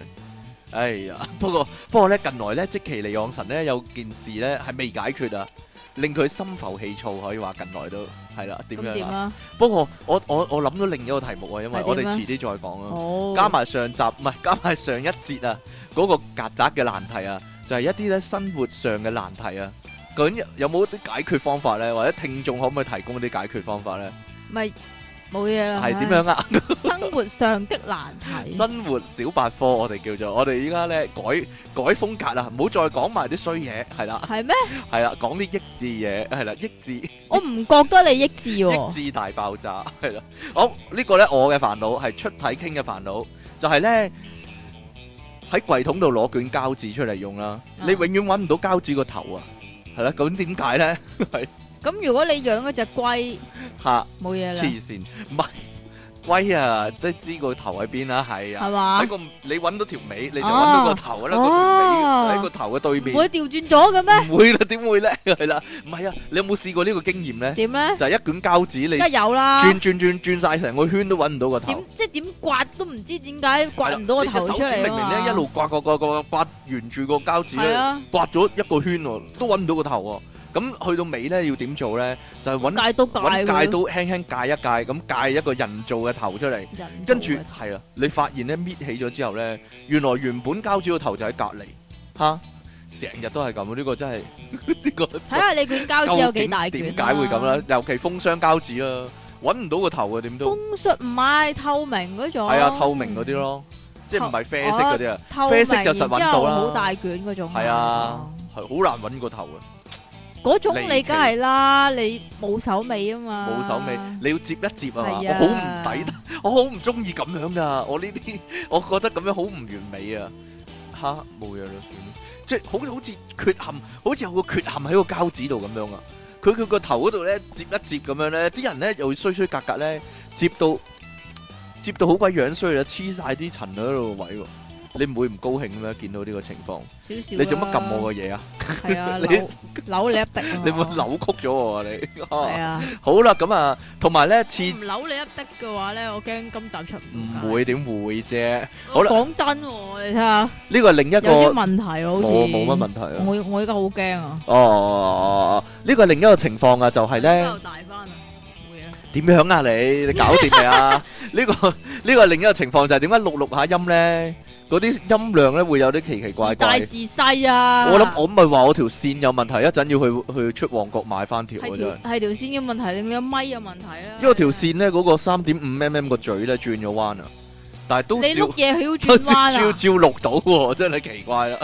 哎呀， 不過不過咧，近來咧，即其利昂神咧有件事咧係未解決啊，令佢心浮氣躁，可以話近來都係啦，點咁樣點啊？啊？不過我我我諗咗另一個題目啊，因為係我哋點啊遲啲再講啊。哦，加埋上集唔係加埋上一節啊，嗰、個曱甴嘅難題啊，就係、一啲咧生活上嘅難題啊。究竟有有冇啲解決方法咧？或者聽眾可唔可以提供啲解決方法咧？咪冇嘢啦。係點唉？樣啊？生活上的難 題。生活小百科我哋叫做，我哋依家咧改改風格啦，唔好再講埋啲衰嘢，係啦係咩？係啦，講啲益智嘢，係啦益智我唔覺得你益智益喎。智大爆炸 係啦。好呢個咧，我嘅煩惱係出體傾嘅煩惱，就係咧喺櫃桶度攞卷膠紙出嚟用啦。啊你永遠揾唔到膠紙個頭啊，係啦。咁點解 咧？咁如果你養嗰只龜，嚇冇嘢啦，黐線，唔係龜啊，都知個頭喺邊啦，係啊。係嘛喺？個你揾到條尾，你就揾到個頭啦。個條哦尾喺個頭嘅對唔面，啊會調轉咗嘅咩？唔會啦，點會咧？ 係啦，唔係啊，你有冇試過呢個經驗咧？點咧？就係一卷膠紙，你梗係有啦。轉轉轉轉晒成個圈都揾唔到個頭點。即係點刮都唔知點解刮唔到個頭出嚟你啊嘛！隻手指明明咧，一路刮刮刮刮刮，沿住個膠紙係啊，咧，刮咗一個圈喎，都搵唔到個頭喎。咁去到尾咧，要點做咧？就係搵-戒都戒搵佢戒刀輕輕戒一戒，咁戒一個人造嘅頭出嚟。人跟住，造嘅係啊，你發現咧，搣起咗之後咧，原來原本膠紙個頭就喺隔離。吓？成日都係咁，呢個真係- 呢個睇下你卷膠紙有幾大究竟卷啦點解會咁啦？尤其封箱膠紙啊，搵唔到個頭啊，點都。封術唔係透明嗰種，係啊，透明嗰啲咯，即係唔係啡色嗰啲啊。透啡明，色就實揾到啦然之後好大卷嗰種，係啊，係好難揾個頭啊嘅，嗰種離奇你梗係啦，你冇手尾啊嘛，冇手尾，你要接一接啊嘛，係我啊好唔抵得，我好唔中意咁樣噶，我呢啲 我覺得咁樣好唔完美啊，吓冇嘢啦，算啦，即係好好似缺陷，好似有個缺陷喺個膠紙度咁樣啊，佢佢個頭嗰度咧接一接咁樣咧，啲人咧又會衰衰格格咧，接到接到好鬼樣衰啦，黐晒啲塵喺度位喎，你唔會唔高興咩？見到呢個情況，少少你啦。做乜撳我嘅嘢啊？係啊， 你扭扭你一滴啊嘛，你會扭曲咗我啊你？係啊，好啦，咁啊，同埋咧，次唔扭你一滴嘅話咧，我驚今集出唔到唔街。會點會啫？好我啦講真喎，你睇下呢個係另一有啲個問題喎好似我冇乜問題啊。我我而家好驚啊！哦哦，哦呢個係另一個情況啊，就係 咧又大翻啊！冇嘢啦點樣啊你？你搞掂 未啊？呢個呢個係另一個情況就係點解錄錄下音咧，嗰啲音量咧會有啲奇奇怪是大怪。是細啊！我諗我咪話我條線有問題，一陣要去去出旺角買翻條係嘅啫條。係條線嘅問題定你個咪嘅問題啦？因為條線咧嗰個三點五 mm 個嘴咧轉咗彎啊，但係都你照碌嘢 佢要都轉照彎照啊！照錄到喎，真係奇怪 啦！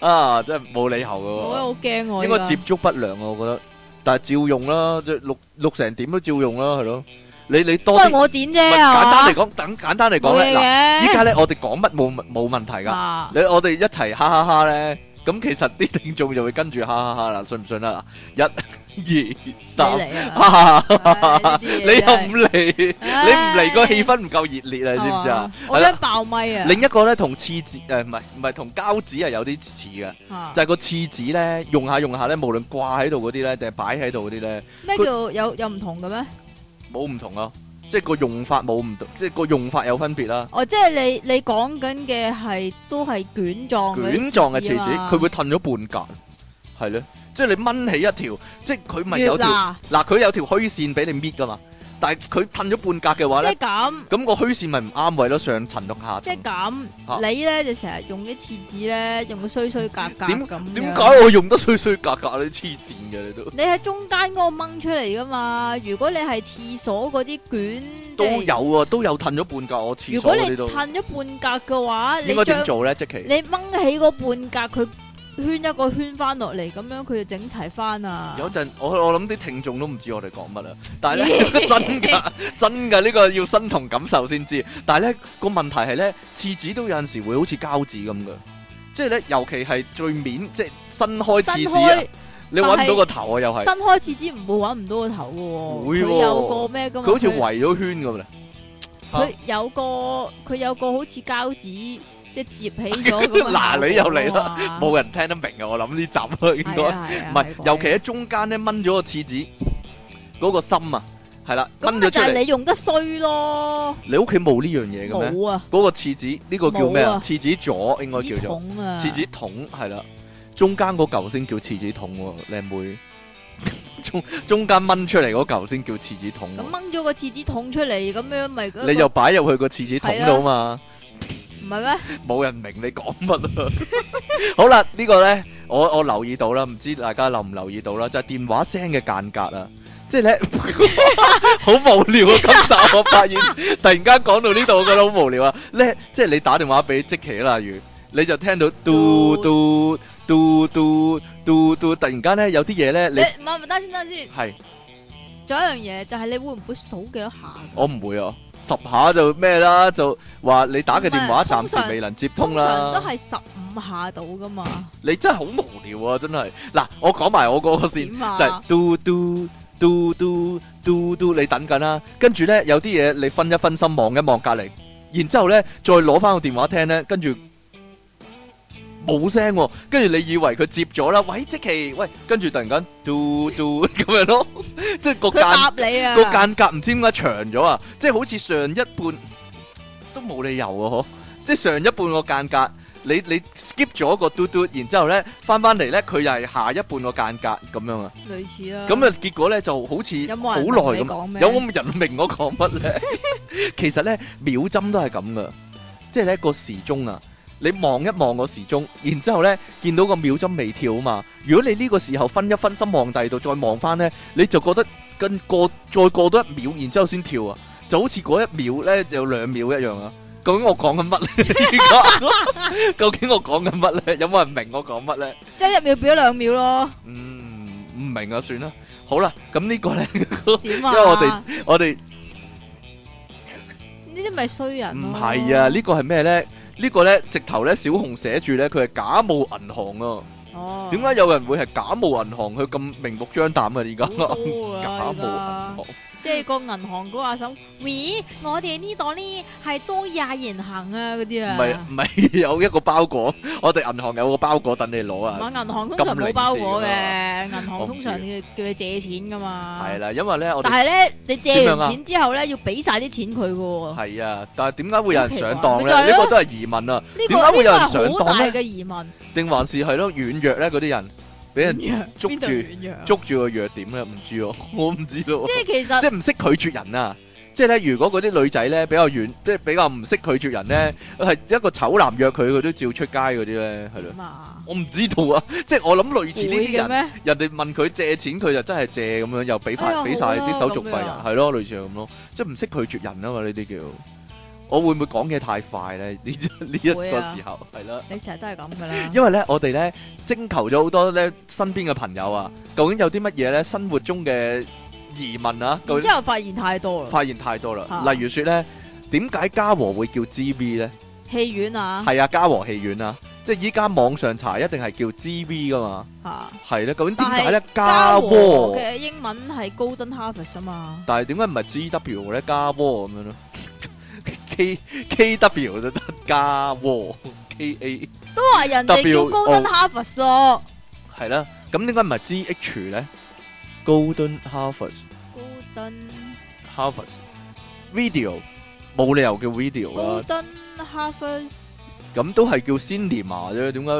啊，真係冇理由嘅我喎，好驚我應該接觸不良啊，我覺得。但係照用啦，即係錄錄成點都照用啦，係咯。你你都多啲，係唔我剪啫係簡單啊！嚟講，等簡單嚟講冇嘢咧，嗱，依嘅家咧我哋講乜冇冇問題㗎。啊你我哋一齊哈哈哈咧，咁其實啲聽眾就會跟住哈哈哈啦，信唔信啊？嗱一、二、你三，嚟啊！哈哈哈！唉你又唔，嚟？你唔嚟個氣氛氛唔夠熱烈啊，知唔知啊？？我係啦驚爆咪啊！另一個咧同廁紙呃誒唔係唔係同膠紙係有啲似嘅，啊就係個廁紙咧用下用下咧，無論掛喺度嗰啲咧定係擺喺度嗰啲咧，咩叫有有唔同嘅咩？冇唔同啊！即係個用法冇唔同，即係個用法有分別啦。哦，即係你你講緊嘅係都係卷狀嗰啲卷狀嘅廁廁紙，啊嘛佢會褪咗半格，係咧，即係你掹起一條，即係佢咪有越條嗱嗱，佢有條虛線俾你搣噶嘛，但係佢褪咗半格嘅話即係咧，咁。咁個虛線咪唔啱位咯，上層同下即層係。咁，啊你咧就成日用啲廁紙咧，用個衰衰格格點咁樣。點解我用得衰衰格格咧？黐線嘅你都你喺中間嗰個掹出嚟噶嘛？如果你係廁所嗰啲卷，即都係。有啊，都有褪咗半格，我廁如所果嗰你啲都。褪咗半格嘅話，應你該點將做咧？即期你掹起嗰半格，佢圈一個圈翻落嚟，咁樣佢就整齊翻啊！有陣我我諗啲聽眾都唔知我哋講乜啊，但係咧 真㗎真㗎呢個要身同感受先知。但係咧個問題係咧，廁紙都有陣時會好似膠紙咁嘅，即係咧尤其係最面即係新開新廁紙啊開！你揾唔到個頭啊，又新係開廁紙唔會揾唔到個頭嘅會喎喎，佢有個咩噶佢嘛？好似佢圍咗圈啊咁咧。啊佢有個佢有個好似膠紙即係摺起咗咁嘅 效嗱果你又嚟啊嘛冇人聽得明啊！我諗呢集咯，應該係啊係啊唔係，係鬼尤其喺中間咧掹咗個廁紙嗰個心啊，係啦，咁掹咪咗就出係嚟。你用得衰咯，你屋企冇呢樣嘢嘅咩？冇啊，嗰個廁紙呢個叫咩冇啊啊？廁紙座應該紙叫做筒啊，廁紙筒係啦，中間嗰嚿先叫廁紙筒喎，靚妹。 中中間掹出嚟嗰嚿先叫廁紙筒喎，咁掹咗個廁紙筒出嚟，咁樣咪嗰個你就擺入去個廁紙筒度嘛。唔係咩？冇人明你講乜 啊！好啦，呢、個呢，我我留意到啦，唔知大家留唔留意到啦，就係電話聲嘅間隔啊，即係呢， 好無聊啊！今集我發 現突然間講到呢度，我覺得好無聊啊！呢，即係你打電話俾即奇啦，例如你就聽到嘟嘟嘟嘟嘟嘟，突然間呢，有啲嘢呢，你你唔係唔係等下先等下先，係仲有一樣嘢就係你會唔會數幾多下㗎？我唔會啊，十下就咩啦，就話你打嘅電話唔係通暫常時未能接通通常啦。都係十五下到噶嘛，你真係好無聊啊！真係嗱，我講埋我嗰個先，點啊就係嘟嘟嘟嘟嘟嘟，你等緊啦。跟住呢，有啲嘢你分一分心望一望隔離，然之後呢，再攞翻個電話聽呢，跟住冇聲喎。跟住你以為佢接咗啦，喂即奇，喂，跟住突然間嘟嘟咁樣咯，即係個佢間答你啊，個間隔唔知點解長咗啊！即係好似上一半都冇理由啊！嗬，即係上一半個間隔，你你 skip 咗個嘟嘟，然之後咧翻翻嚟咧，佢又係下一半個間隔咁樣啊！類似啦。咁啊，結果咧就好似嗯有冇好人耐咁。咁有冇人明我講乜咧？其實咧秒針都係咁噶，即係咧個時鐘啊，你望一望個時鐘，然之後咧見到個秒針未跳啊嘛。如果你呢個時候分一分心望第二度，再望翻咧，你就覺得跟過再過多一秒，然之後先跳啊，就好似嗰一秒咧有兩秒一樣啊。究竟我講緊乜咧？而家究竟我講緊乜咧？有冇人明我講乜咧？即係一秒表兩秒咯？嗯，唔明啊，算啦。好啦，咁呢 個咧，點啊？因為我哋我哋。呢啲咪衰人唔咯係啊，呢個係咩呢？呢個呢，直頭呢，小紅寫住呢，佢係假冒銀行啊！哦，點解有人會係假冒銀行？佢咁明目張膽好啊！多而 㗎家假而家冒銀行，即係個銀行嗰個阿嬸，咦？我哋呢度呢係多廿言行啊嗰唔啲啊，係唔係有一個包裹，我哋銀行有個包裹等你攞唔啊！係銀行通常冇包裹嘅，銀我行唔通常要叫你借錢噶嘛。係啦，因為呢，我但哋係咧，你借點樣完啊錢之後咧，要俾晒啲錢佢嘅喎。係啊，但係點解會有人上當好奇怪呢？咪就呢係咯個都係疑問啊！呢點解個會呢有人個係好上當大呢嘅疑問。定還是係咯軟弱呢？嗰啲人俾人嗯捉邊住度軟 弱？捉住個弱點呢？唔知喎，我唔知咯即。係其實即係唔識拒絕人啊！即係咧，如果嗰啲女仔咧比較遠，即係比較唔識拒絕人咧，係一個醜男約佢，佢都照出街嗰啲咧，係咯。嘛，我唔知道啊， 即係我諗類會似呢啲嘅人，咩？人哋問佢借錢，佢就真係借咁樣，又俾哎翻呀俾晒好啊啲手續費咁樣人，啊係咯，類似咁咯，即係唔識拒絕人啊嘛，呢啲叫。我會唔會講嘢太快咧？呢 呢一個會啊時候係啦。你成日都 係咁噶啦。因為咧，我哋咧徵求咗好多咧身邊嘅朋友啊，究竟有啲乜嘢咧生活中嘅疑問啊？究竟然之後發現太多啦，發現太多啦。啊例如說咧，點解嘉禾會叫 GB 咧？戲院啊，係啊，嘉禾戲院啊，即係依家網上查一定係叫 GB 噶嘛。嚇係咧，究竟點解但咧？嘉嘉禾禾，嘅英文係 Golden Harvest 啊嘛，但係點解唔係 GW 咧？嘉禾咁樣咯 ，K KW 就得嘉禾 KA 都話人哋叫 W O Golden Harvest 咯。係啦。咁點解唔係 GH 咧？Golden Harvest Golden Harvest Video 冇理由叫 video 啦。 Golden Harvest 咁都係叫 cinema 啫，點解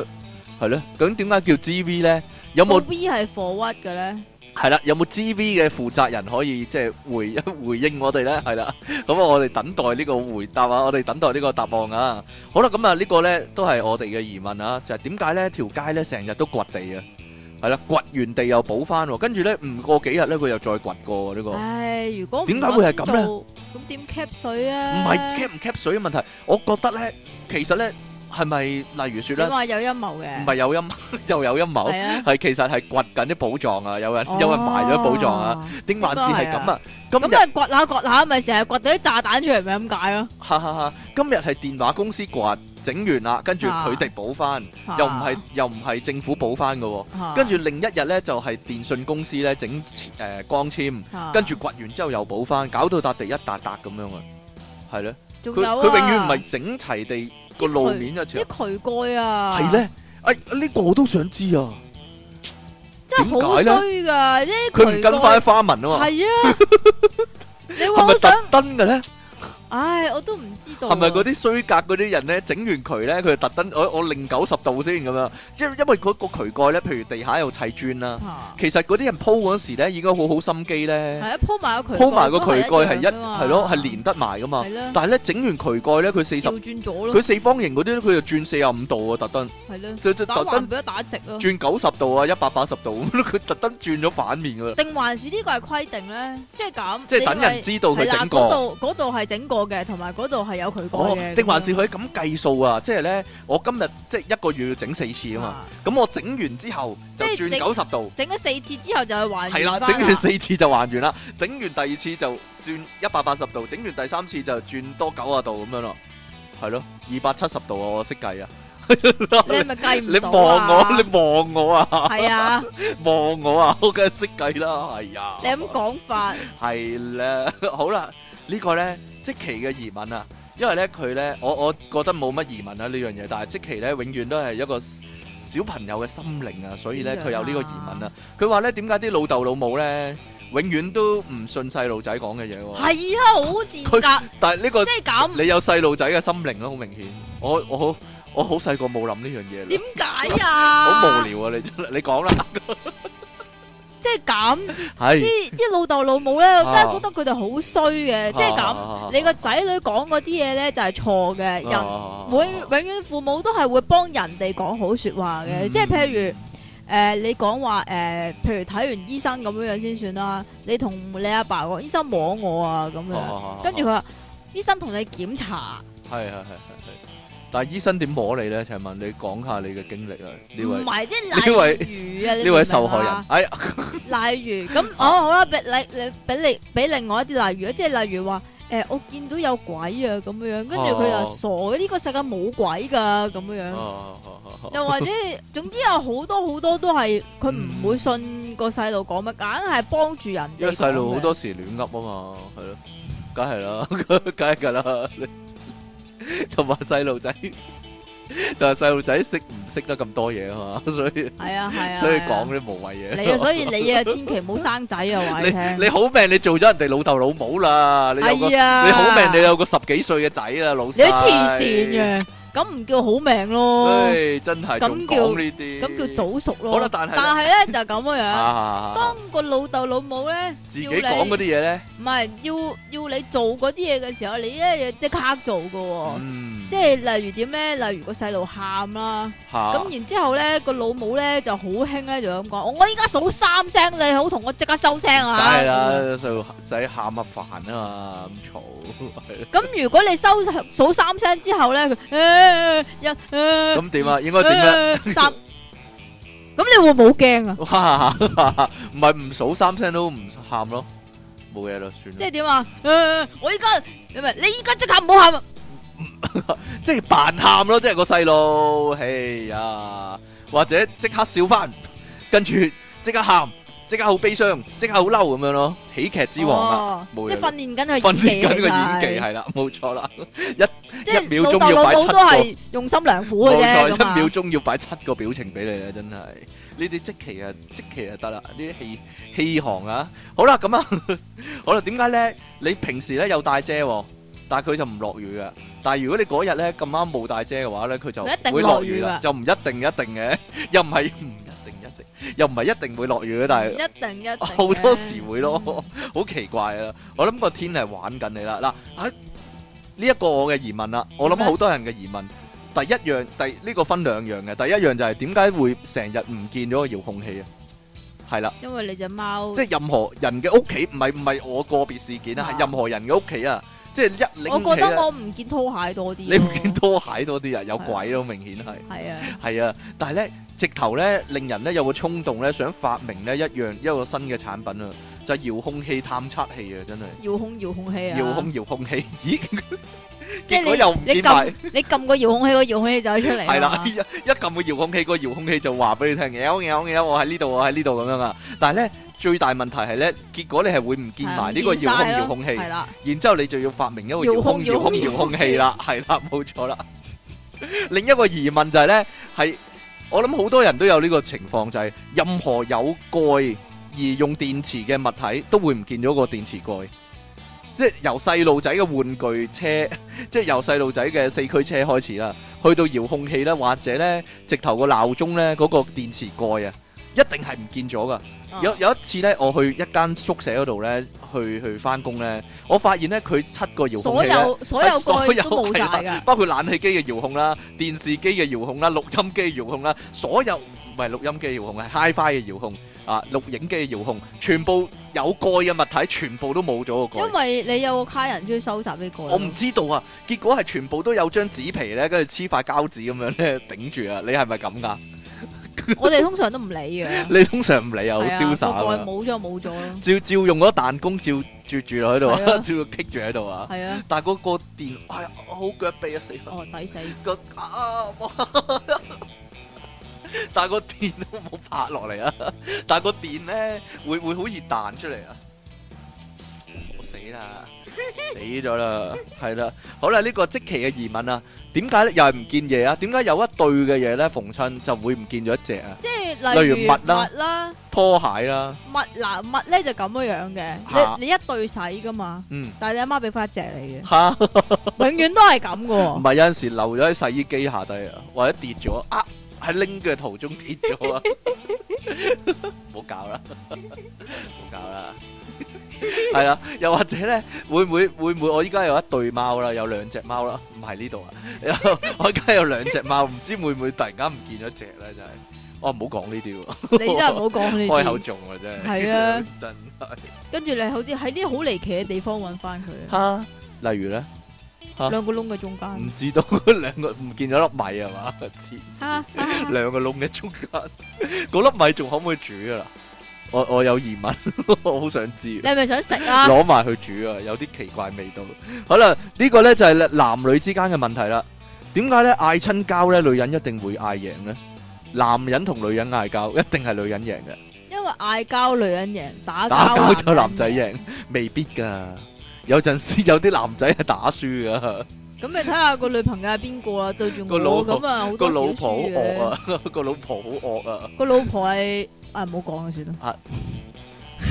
係咧？咁點解叫 GV 咧？有個冇 V 係 for what 嘅咧？係啦？有冇 GV 嘅負責人可以即係回 回應我哋咧？係啦，咁啊，我哋等待呢個回答啊，我哋等待呢個答案啊。好啦，咁啊，呢個咧都係我哋嘅疑問啊，就係點解咧條街咧成日都掘地啊？係啦，掘完地又補翻喎，跟住咧唔過幾日咧佢又再掘過喎呢個。唉，如果唔點解會係咁呢咁做？咁點 cap 水唔啊？係 cap 唔 cap 水嘅問題，我覺得咧，其實咧係咪例如説你咧，話有陰謀嘅，唔係有陰 又有陰謀。係啊，係其實係掘緊啲寶藏啊，有人 有人埋咗寶藏啊，哦。定還是係咁啊？今咁日咪掘下掘下，咪成日掘到啲炸彈出嚟，咪咁解咯？哈哈哈，今日係電話公司掘，整完啦，跟住啊佢哋補翻，又唔係又唔係政府補翻嘅喎。跟住另一日咧就係、電信公司咧整誒光纖，跟住掘完之後又補翻，搞到笪地一笪笪咁樣啊，係咧。仲佢有佢永遠唔啊係整齊地個路面一條，啲渠蓋啊，係，咧。哎，呢個我都想知啊！真係好點解呢衰噶，啲佢唔渠跟翻蓋花紋啊嘛， 係啊，你話係咪好想，特登嘅咧？唉，我都唔知道啊。係咪嗰啲衰格嗰啲人咧，整完渠咧，佢就特登我我擰九十度先咁樣，因因為嗰個渠蓋咧，譬如地下有砌磚啦，啊？其實嗰啲人鋪嗰時咧，應該好好心機係咧，啊，鋪埋個渠鋪埋個渠蓋係係一係咯，係連得埋噶嘛。係咧，但係咧整完渠蓋咧，佢四十調轉咗佢咯，四方形嗰啲咧，佢就轉四十五度啊，特登係咧，佢佢打特橫登俾一打直咯，轉九十度啊，一百八十度 咁，佢特登轉咗反面噶啦，定還是呢個係規定咧？即係咁，即係等人你知道係佢啦整嗰過。度嗰度係整過嘅，同埋嗰度係有渠蓋哦嘅，，定還是佢咁計數啊？即係咧，我今日即係一個月要整四次啊嘛。嘛？咁我整完之後就即係轉整90度，整咗四次之後就去還係啦，原返啊整完四次就還原啦，整完第二次就轉180度，整完第三次就轉多90度咁樣咯，係咯，270度啊，我識計啊。你係咪計唔你到望啊？我，你望我啊， 係啊，望我啊，我梗係識計啦，係啊，你咁講法係啦，好啦，呢個呢，即期嘅疑問啊，因為呢，佢呢，我我覺得冇乜疑問啊呢樣嘢，但係即期呢，永遠都係一個小朋友嘅心靈啊，所以呢，點樣啊佢有呢個疑問啊。佢話呢，點解啲老豆老母呢，永遠都唔信細路仔講嘅嘢喎？係啊，好賤格，但係呢個即係咁，你有細路仔嘅心靈咯，好明顯。我我好我好細個冇諗呢樣嘢啦點，解啊？好無，聊啊！你真係你講啦，即係咁。係啲啲老豆老母咧，我啊真係覺得佢哋好衰嘅，即係咁。咁你個仔女講嗰啲嘢咧就係錯嘅，人啊會會永遠父母都係會幫人哋講好説話嗯嘅，即係譬如誒、呃你講話誒，譬如睇完醫生咁樣樣先算啦。你同你阿爸講醫生摸我啊咁哦樣，跟住佢話醫生同你檢查，係係係係係，但係醫生點摸你咧？請問你講下你嘅經歷啊？唔呢位係即呢位係例如啊，呢你明唔明位啊受害人，哎呀，例如咁，哦好啦，俾你你俾你俾另外一啲例如，即係例如話誒、我見到有鬼啊咁樣樣，跟住佢哦又傻嘅，呢、個世界冇鬼噶咁樣樣，哦哦哦哦又或 者總之有好多好多都係佢唔會信個細路講乜，硬係幫住人因哋講嘅。為細路好多時亂噏啊嘛，係咯，梗係啦， 梗係㗎啦，你同埋細路仔，同埋細路仔識唔識得咁多嘢啊嘛， 所以係啊係啊，所以係講啊啲無謂你啊，嘢。所以你啊，千祈唔好生仔啊，話你聽。 你好命，你做咗人哋老豆老母啦，你有個係啊，你好命，你有個十幾歲嘅仔啦，老細。你都黐線嘅，咁唔叫好命咯，唉，真係仲咁叫講呢啲，咁叫早熟好咯啦。但係但係咧就係咁樣 樣。啊，当个老豆老母咧，自己要你講嗰啲嘢咧，唔系要要你做嗰啲嘢嘅时候，你咧即刻做噶、Ừ. 喎。嗯，哦即系例如点咧？例如个细路喊啦，嚇咁、然之后咧个老母咧就好兴咧就咁讲：我依家數三聲，你好同我即刻收聲梗啊！係啦，細路嗯仔喊啊煩啊嘛，咁嘈，咁如果你收數三聲之後咧，佢誒一誒咁點啊？應該點 咧？誒三，咁你會冇驚啊？哇，唔係唔數三聲都唔喊咯，冇嘢啦，算即啦係。點啊？誒我依家唔係你依家即刻唔好喊啊！即係扮喊咯，即係個細路，哎呀，或者即刻笑翻，跟住即刻喊，即刻好悲傷，即刻好嬲咁樣咯，喜劇之王啊！哦冇嘢即係啦訓練緊佢訓演技練緊個演啊技其實係啦，冇錯啦。即係一秒鐘老豆要老擺母七都係用心良苦嘅冇錯，啫，咁啊一秒鐘要擺七個表情俾你啊，真係。呢啲即期啊，即期就得啦，呢啲戲-戲行啊。好啦，咁啊， 好啦，點解呢？你平時呢有帶遮喎，但係佢就唔落雨㗎。但係如果你嗰日呢咁啱冇帶遮嘅話呢，佢就佢一定會落落雨雨啦，啊㗎。就唔一定一定嘅，又唔係- 唔一定一定，又唔係一定會落雨嘅，但係一定一定 嘅嗯好多時會咯，好奇怪啊！我諗個天係玩緊你啦。嗱，啊呢一個我嘅疑問啦，我諗咩好多人嘅疑問。第一樣，第呢、個分兩樣嘅。第一樣就係點解會成日唔見咗個遙控器啊？係啦，因為你只貓即，係任何人嘅屋企，唔係唔係我個別事件啊，係啊任何人嘅屋企啊，即係一拎我起啊覺得咧，我唔見拖鞋多啲咯，啊你唔見拖鞋多啲啊，有鬼咯，明顯係。係啊，係啊，但係咧，直頭咧，令人咧有個衝動咧，想發明咧一樣一個新嘅產品啊，就係遙控器探測器啊，真係遙控遙控器啊，遙控遙控器， 咦？即係結果你又唔你見埋撳你撳個遙控器，個遙控器就出嚟啊係啦嘛，一一撳個遙控器，個遙控器就話俾你聽，嘅，嘅，嘅，我喺呢度，我喺呢度咁樣啊。但係咧，最大問題係咧，結果你係會唔見係啊埋唔呢個見遙控晒咯遙控器。係啦，然之後你就要發明一個遙遙控控遙控遙遙控控器啦，係啦，冇錯啦。另一個疑問就係呢，係我諗好多人都有呢個情況，就係、任何有蓋而用電池嘅物體都會唔見咗個電池蓋。即係由細路仔嘅玩具車， 即係由細路仔嘅四驅車開始啦，去到遙控器啦，或者呢直頭個鬧鐘呢，嗰、個電池蓋啊，一定係唔見咗噶。啊有有一次咧，我去一間宿舍嗰度咧，去去翻工咧，我發現咧佢七個遙控所器咧， 有所有所有蓋都冇晒係㗎，包括冷氣機嘅遙控啦、電視機嘅遙控啦、錄音機嘅遙控啦，所有唔係錄音機嘅遙控，係 HiFi 嘅遙控啊、錄影機嘅遙控，全部有蓋嘅物體，全部都冇咗個蓋因。為你有個卡人中意收集呢個。我唔知道啊，結果係全部都有張紙皮咧，跟住黐塊膠紙咁樣咧頂住啊！你係咪咁噶？我哋通常都唔理 嘅。你通常唔理啊，好瀟灑係啊個蓋啊，冇咗就冇咗咯。照照用嗰彈弓照照住落喺度啊，係 啊照棘住喺度啊。係啊，但係嗰個電，哎呀，我好腳痹啊死啦！ 哦抵死，個啊，哇但係個電都冇 拍落嚟啊！但係個電咧 會會好易彈出嚟啊！我死啦，死咗啦，係啦，好啦，呢、個即期嘅疑問啊，點解咧又係唔見嘢啊？點解有一對嘅嘢咧逢親就會唔見咗一隻啊？即係例例如襪啦襪啦，拖鞋啦，襪嗱襪咧就咁樣嚇樣嘅，你你一對洗噶嘛，嗯，但係你阿媽俾翻一隻你吓唔嘅， 永遠都係咁嘅喎。係有陣時留咗喺洗衣機下低啊，或者跌咗啊，喺拎嘅途中跌咗啊， 唔好搞啦，唔好搞啦，係啦，又或者咧，會唔會會唔會我依家有一對貓啦，有兩隻貓啦，唔係呢度啊， 有我依家有兩隻貓，唔知會唔會突然間唔見咗只咧，真係，我 唔好講呢啲喎，你真係唔好講呢開口啲，中啊真係，係啊， 真係跟住你好似喺啲好離奇嘅地方揾翻佢，吓，例如咧。嚇兩個窿嘅中間唔。知道 兩個唔見咗粒米係嘛？黐哈線哈 哈兩個窿嘅中間，嗰粒米仲可唔可以煮噶啦？我我有疑問， 我好想知，你係咪想食啊？攞埋去煮啊，有啲奇怪味道。好啦，呢個呢就係男女之間嘅問題啦。點解呢？嗌親交呢，女人一定會嗌贏呢？男人同女人嗌交，一定係女人贏嘅，因為嗌交女人贏，打打交就男仔人贏，未必噶。有陣時有啲男仔係打輸噶。贏。咁你睇下個女朋友係邊個啦？對住個老我婆咁啊，好個多小老婆好惡輸嘅。啊， 個老婆好惡啊，個老婆係啊，唔好講 啦，算啦。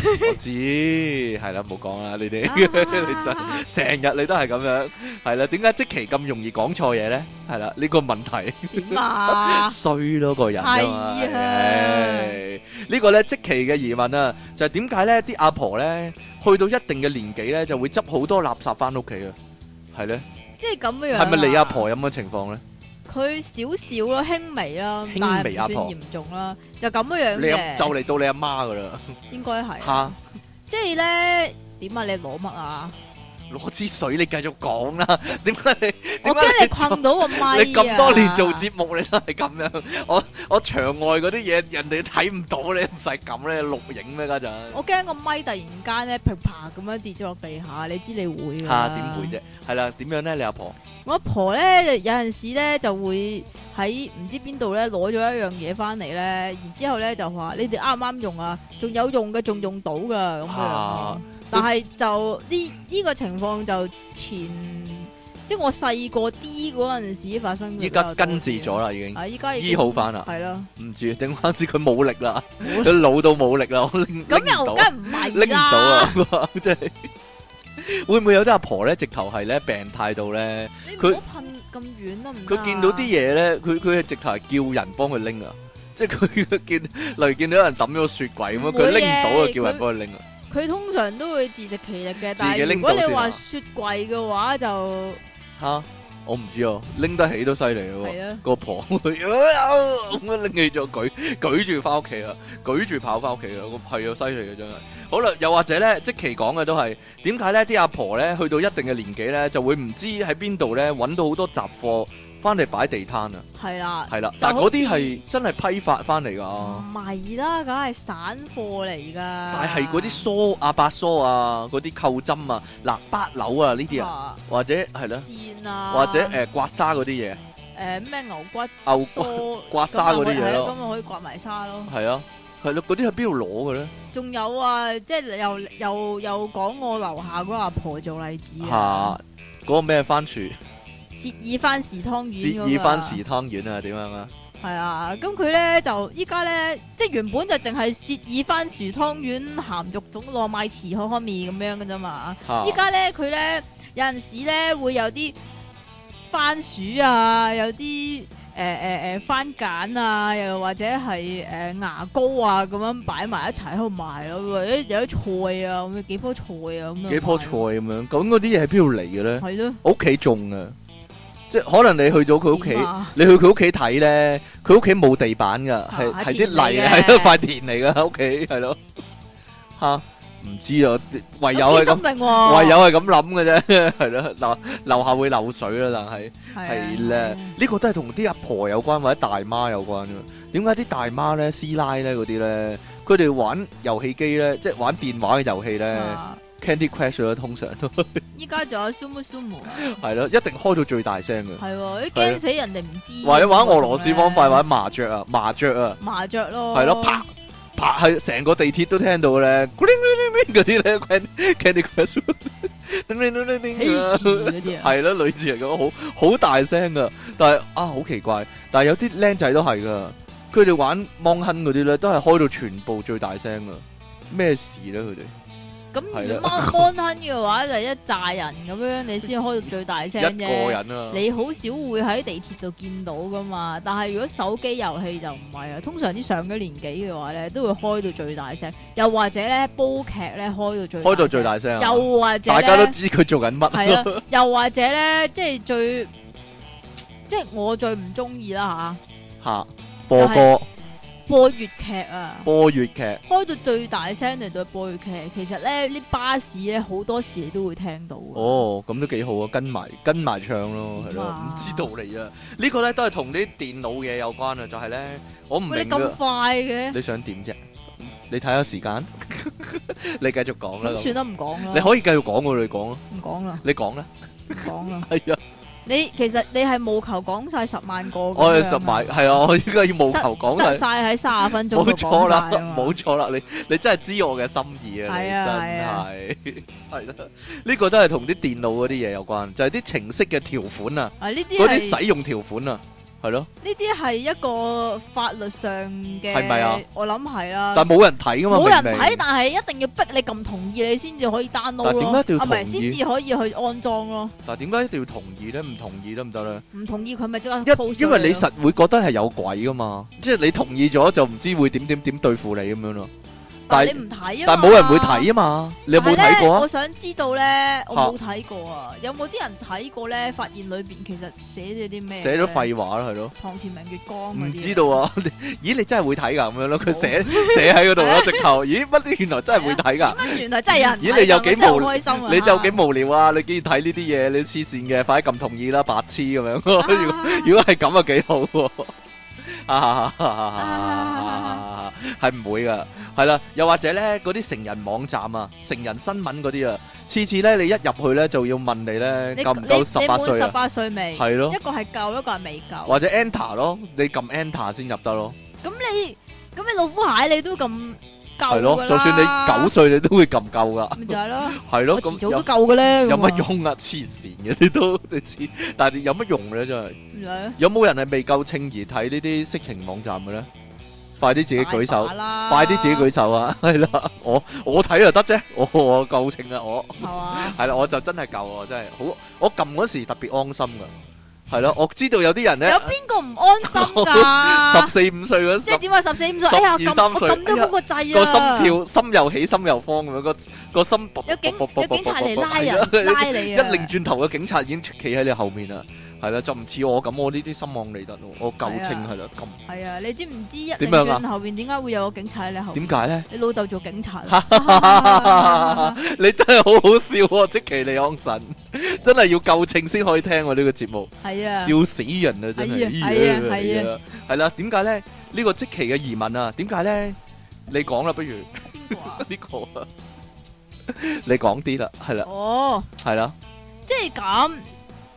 我知係啦，冇講啦，你哋啊你真成日你都係咁樣，係啦，點解即期咁容易講錯嘢咧？係啦，呢個問題點啊？衰咯個人啊嘛，係啊唉呢個咧即期嘅疑問啊，就係點解咧啲阿婆咧去到一定嘅年紀咧就會執好多垃圾翻屋企啊？係咧，即係咁樣。係咪你阿？婆有咁嘅情況咧？佢少少咯，輕微啦，輕但微係阿唔婆算嚴重啦，就咁樣樣你阿嘅。就嚟到你阿媽噶啦，應該係。吓即係咧，點啊？你攞乜啊？攞支水你繼續講啦，點解你點我解驚你你困 到個咪啊！你咁多年做節目，你都係咁樣。我我場外嗰啲嘢，人哋都睇唔到，你唔使咁咧錄影咩家陣？我驚個咪突然間咧噼啪咁樣跌咗落地下，你知你會㗎嚇啦點會啫？係啦，點樣咧？你阿婆我阿婆咧有陣時咧就會喺唔知邊度咧攞咗一樣嘢翻嚟咧，然之後咧就話你哋啱唔啱用啊？仲有用嘅，仲用到噶咁樣。啊但係就呢呢、個情況就前即係我細個啲嗰陣時發生。依家根治咗，啦，已經啊依家已經醫好返啦係咯。唔知定還是佢冇力啦，佢老到冇力啦，我拎咁拎唔又到啊梗係唔拎係唔到啦？啊！ 真係會唔會有啲阿婆咧，直頭係咧病態到咧？你唔佢好噴咁遠得唔得啊？佢見到啲嘢咧，佢佢係直頭係叫人幫佢拎啊！即係佢 見，例如見到有人抌咗個雪櫃咁樣，唔會佢拎唔到啊，嘅叫人佢幫佢拎啊！佢通常都會自食其力嘅，但自己係拎如果到你先啊啊話雪櫃嘅話就。吓，我唔知啊，拎得起都犀利係喎啊。個婆佢哎咁樣拎起咗舉舉住翻屋企啊，舉住跑翻屋企啊，個係啊，犀利啊真係。好啦，又或者咧，即期講嘅都係點解咧？啲阿婆咧去到一定嘅年紀咧，就會唔知喺邊度咧揾到好多雜貨翻嚟擺地攤啊，系啦，係啦，就但係嗰啲好似啊係真係批發翻嚟唔噶，係啦，梗係散貨嚟噶。但係嗰啲梳啊、白梳啊、嗰啲扣針啊、嗱八柳啊呢啲啊，啊，或者係啦，線啊，或者誒刮痧嗰啲嘢，誒咩牛骨牛梳啊刮痧嗰啲嘢咯咁咪可以係咁啊咪可以刮埋沙咯。係啊，係咯，嗰啲喺邊度攞嘅咧？仲有啊，即係又又又講我樓下嗰個阿婆做例子啊嚇，，嗰個咩番薯？薛爾番時湯圓嗰個啊意番時湯圓啊，點樣啊？係啊，咁佢咧就依家咧，即係原本就淨係薛爾番薯湯圓鹹肉粽糯米糍開開面咁樣嘅啫嘛。嚇依家咧佢咧有陣時咧會有啲番薯啊，有啲誒誒誒番梘啊，又或者係誒、呃牙膏啊咁樣擺埋一齊喺度賣咯，或者有啲菜啊，咁樣幾棵菜啊咁樣。幾棵菜咁樣，咁嗰啲嘢喺邊度嚟嘅咧？係咯，我屋企種啊，即係可能你去咗佢屋企點。啊你去佢屋企睇咧，佢屋企冇地板噶，係係係啲田嚟泥，啊嘅係一塊田嚟噶，屋企係咯，吓唔知啊，唯有係都咁幾生，命喎唯有係咁諗嘅啫，係咯，樓樓下會漏水啦，但係係啊係咧，呢個都係同啲阿婆有關或者大媽有關啫。點解啲大媽咧、師奶咧嗰啲咧，佢哋玩遊戲機咧，即係玩電話嘅遊戲咧啊，Candy Crush 啦，通常都 依家仲有 sumo sumo 啊，係咯，一定開到最大聲嘅，係喎，你驚死人哋唔知。或者啊玩俄羅斯方塊、玩麻雀啊、麻雀啊。麻雀咯，係咯，啪啪係成個地鐵都聽到咧，咕鈴鈴鈴嗰啲咧 Candy- Candy Crush，叮叮叮叮叮，hasty 嗰啲啊，係咯，類似係咁，好好大聲噶。但係啊，好奇怪，但係有啲僆仔都係噶，佢哋玩芒亨嗰啲咧，都係開到全部最大聲噶。咩事咧？佢哋咁係如啦果 安安嘅話，就一扎人咁樣，你先開到最大聲一個啫。人啊，你好少會喺地鐵度見到噶嘛，但係如果手機遊戲就唔係啊。通常啲上咗年紀嘅話咧，都會開到最大聲，又或者咧煲劇咧開到最開到最大聲聲，啊，又或者大家都咧知佢做緊乜 係啊，又或者咧即係最即係我最唔中意啦吓，播歌吓，播粵劇啊。播粵劇開到最大聲嚟到播粵劇，其實咧啲巴士咧好多時你都會聽到嘅。哦，咁都幾好啊，跟埋跟埋唱咯，係點咯，唔啊知道你啊，呢個咧都係同啲電腦嘢有關啊，就係咧，我唔喂，明你㗎咁快嘅，你想點啫？你睇下時間， 你繼續講啦咁。算啦，唔講咁啦，你可以繼續講我哋講咯，唔講啦，你講啦。唔講啦。係啊，你其實你係務求講晒十萬個咁樣啊，我哋十埋係啊，我依家要務求講得晒，晒喺三十分鐘冇度錯講啦，晒啊嘛冇錯啦。你你真係知我嘅心意係啊！你啊真係係啦，呢個都係同啲電腦嗰啲嘢有關，就係啲程式嘅條款啊，啊呢啲嗰係啲使用條款啊，係咯。呢啲係一個法律上嘅，係咪啊？我諗係啦。但冇人睇噶嘛，冇人明明睇，但係一定要逼你咁同意，你先至可以 download 但點咯。解一定要啊唔係同先意至可以去安裝咯。但點解一定要同意咧？唔同意得唔得咧？唔同意佢咪即刻 post 因因為咗你咯實會覺得係有鬼噶嘛，即係你同意咗就唔知會點點點對付你咁樣咯。但但係係你唔睇啊，但係冇人會。睇啊嘛，你有冇睇過啊我？想知道咧，我冇睇過啊，有冇啲人睇過咧？發現裏邊其實寫咗啲咩？寫咗廢話啦，係咯，床前明月光嗰啲唔知道啊！ 咦，你真係會睇㗎咁樣咯？佢寫寫喺嗰度咯，係直頭。咦，乜啲原來真係會睇㗎？啊。乜原來真係有人睇㗎？咦你有幾咁真係好無開心啊！你就幾無聊啊！你竟然睇呢啲嘢，你黐線嘅，快啲撳同意啦，白痴咁樣。如果如果係咁啊，幾好 喎！啊，係唔會噶，係啦。又或者咧，嗰啲成人網站啊、成人新聞嗰啲啊，次次咧你一入去咧就要問你咧你夠唔夠你十你八滿歲十啊？八歲未？係咯一，個係夠，一個係未夠。或者 enter 咯，你撳 enter 先入得咯，咁你咁你老虎蟹你都咁夠係咯。㗎啦就算你九歲，你都會撳夠噶，咪就 係咯，係咯。我咁遲早有都夠嘅咧。有咁啊乜？用啊？黐線嘅，你都你知，但係有乜用咧？真係。咪就係咯有冇人係未夠稱而睇呢啲色情網站嘅咧？快啲自己舉手大把，啦快啲自己舉手啊！係啦，我我睇就得啫，我我夠稱啦，我係 嘛？係啦，我就真係夠啊，真係好，我撳嗰時特別安心噶，係咯，我知道有啲人有咧邊個唔安心啊 十㗎？四五歲嗰即時係。點啊？十四五歲，十哎呀，二撳三我歲撳咗嗰個掣啊！個心跳心又起心又慌咁樣，個個心有警有警察嚟拉人，拉你一啊！擰轉頭，個警察已經企喺你後面啦，係啦，就唔似我咁，我呢啲心望嚟得咯，我夠稱係啦，咁係啊，你知唔知一點零樣啊轉後邊點解會有個警察喺你後邊？點解咧？你老豆做警察啊， 你真係好好笑喎、即其利昂神， 真係要夠稱先可以聽我呢個節目，係啊，笑死人啊！真係，係啊係啊係啊，係啦，點解咧？呢、個即其嘅疑問啊，點解咧？你講啦，不如 呢邊個啊？個啊，你講啲啦，係啦，哦，係啦，即係咁，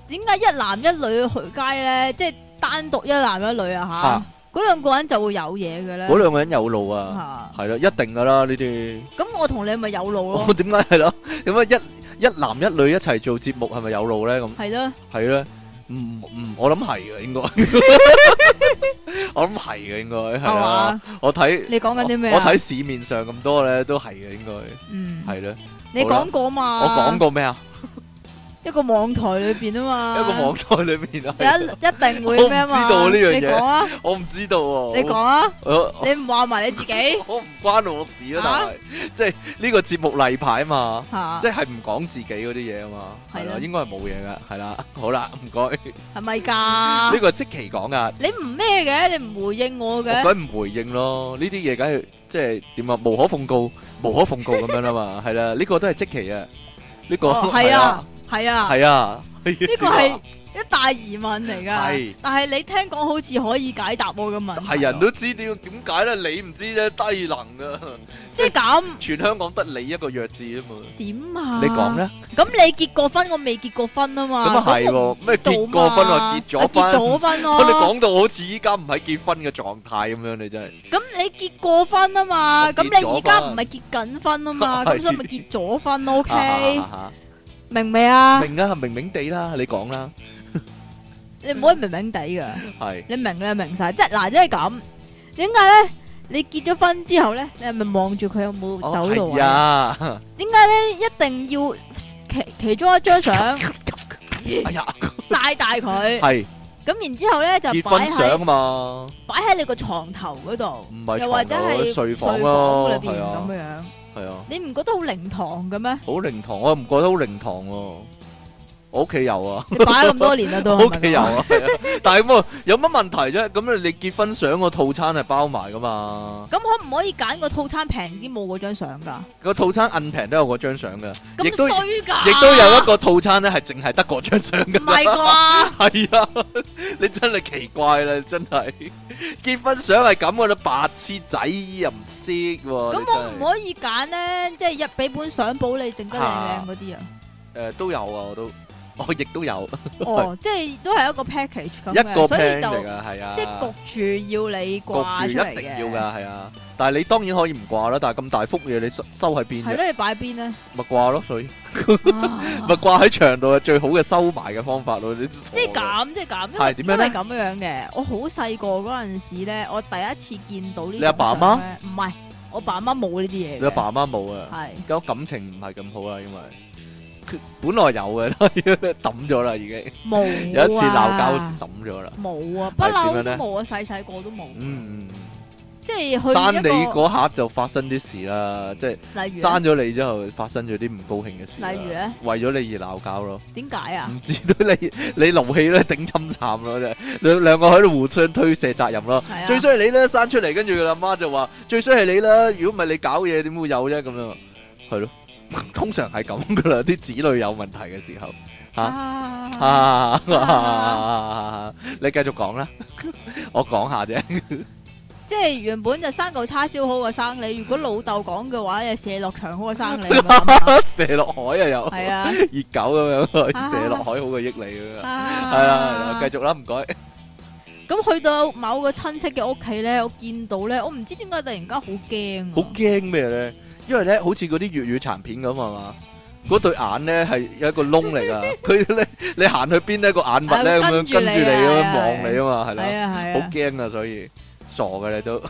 點解一男一女去街咧，即係單獨一男一女啊啊吓，嗰兩個人就會有嘢嘅咧嗰。兩個人有路啊，吓，係啦，一定噶啦呢啲。咁我同你咪有 路我咯，點解係咯？點解一一男一女一齊做節目係咪有路咧？咁係咯，係咧，唔唔，我諗係嘅應該， 我諗係嘅應該係係啊！嘛？我睇你講緊啲咩我啊？睇市面上咁多咧，都係嘅應該嗯，係咧。你好啦講過嘛？我講過咩啊？一個網台裏邊啊一嘛，個網台裏面就啊，一一定會咩嘛？我唔知道呢樣嘢你講啊，我唔知道喎。你講啊，我我你唔話埋你 自己我唔關我事啊，但係即係呢個節目例牌嘛。吓即，係唔講自己嗰啲嘢啊嘛，係係啦，咯應該係冇嘢噶，係啦，好啦，唔該，係咪噶呢？個即期講噶，你唔咩嘅？你唔回應我我嘅？梗唔回應咯，呢啲嘢梗係即係點啊，無可奉告，無可奉告咁樣啊嘛，係啦，呢個都係即期啊，呢個哦，係啊，，係啊，係啊，呢個係一大疑問嚟係㗎。但係你聽講好似可以解答我嘅問題。係人，都知點點解咧，你唔知啫，低能噶，即係咁全香港得你一個弱智啊嘛，點啊？你講。咧，咁你結過婚，我未結過婚啊嘛。咁啊係喎我唔知咩道嘛結過婚話結咗婚啊結咗 婚咯。你講到好似依家唔係結婚嘅狀態咁樣，你真係。咁你結過婚啊嘛？我咁哦結你而家咗唔婚係結緊婚 啊嘛？係咁所以咪結咗婚咯？OK，À, 啊明未啊？明啦，明明地啦，你講啦，你唔可以明明地㗎。係。你明你就明晒，即係嗱，即係咁。點解咧？你結咗婚之後咧，你係咪望住佢有冇哦走路係啊？啊！點解咧？一定要其其中一 張相哎呀，晒大佢，係咁然之後咧就結擺婚相喺啊嘛，擺喺你個床頭嗰度，唔係又或者床頭係睡睡房房咯裏邊係啊咁樣。係啊，你唔覺得好靈堂嘅咩？好靈堂，我唔覺得好靈堂喎。我屋企有啊，你擺咗咁多年啦都， 我屋係咪企咁有啊，係啊但係咁啊，有乜問題啫？咁你結婚相個套餐係包埋噶嘛？咁可唔可以揀個套餐平啲冇嗰張相㗎？個套餐摁平都有嗰張相噶，亦咁都衰啊㗎，亦都有一個套餐咧係淨係得嗰張相唔噶係。啩？ 係啊，你真係奇怪啦，真係結婚相係咁噶啦，白痴仔又唔識喎。你咁我真係唔可以揀咧，即係一俾本相簿 你整得靚靚嗰啲啊？誒、都有啊，我都，我亦都有哦，即係都係一個 package 咁一個嘅，所 plan 以嚟就噶，係啊，即係焗住要你焗掛住出嚟一定嘅。要㗎，係啊。但係你當然可以唔掛啦，但係咁大幅嘢你收收喺邊係啫？咯，你擺 邊咧？咪掛咯，所以啊咪掛喺牆度係最好嘅收埋嘅方法咯。你即係傻嘅，咁，即係咁，因係為點樣因為咧咁樣嘅。我好細個嗰陣時咧，我第一次見到呢種你阿爸阿媽相咧，唔係我爸媽冇呢啲嘢嘅。你阿爸媽冇啊，係咁感情唔係咁好啦，啊因為佢本來有嘅， 抌咗啦已經，冇有一次鬧交啊抌咗啦。冇啊，不係嬲點樣都咧冇啊，細細個都冇。嗯，即係生去一你個嗰刻就發生啲事啦，即係例如啊呢生咗你之後發生咗啲唔高興嘅事啦。例如咧為咗你而鬧交咯。點解啊？唔知道你你勞氣咧頂侵慘咯，真係兩兩個喺度互相推卸責任咯。係啊嗯最衰係你咧生出嚟，跟住佢阿媽就話最衰係你啦，如果唔係你搞嘢點會有啫咁樣，係咯， 通常係咁噶啦，啲子女有問題嘅時候。啊啊啊！你繼續講啦， 我講下啫。即係原本就生嚿叉燒好過生你，如果老豆講嘅話，就射落牆好過生你。 射落海啊又，係啊，熱狗咁樣，啊射落海好過益你咁樣。係係啊，繼續啦，唔該。咁去到某個親戚嘅屋企咧，我見到咧，我唔知點解突然間好驚啊。好驚咩咧？因為咧，好似嗰啲粵語殘片咁係嘛？嗰對眼咧係有一個窿嚟 噶，佢咧你行去邊咧個眼物咧咁樣係會跟跟住住你你啊咁係樣望你啊啊嘛，係係啦，啊係好啊，驚啊！所以傻嘅你都，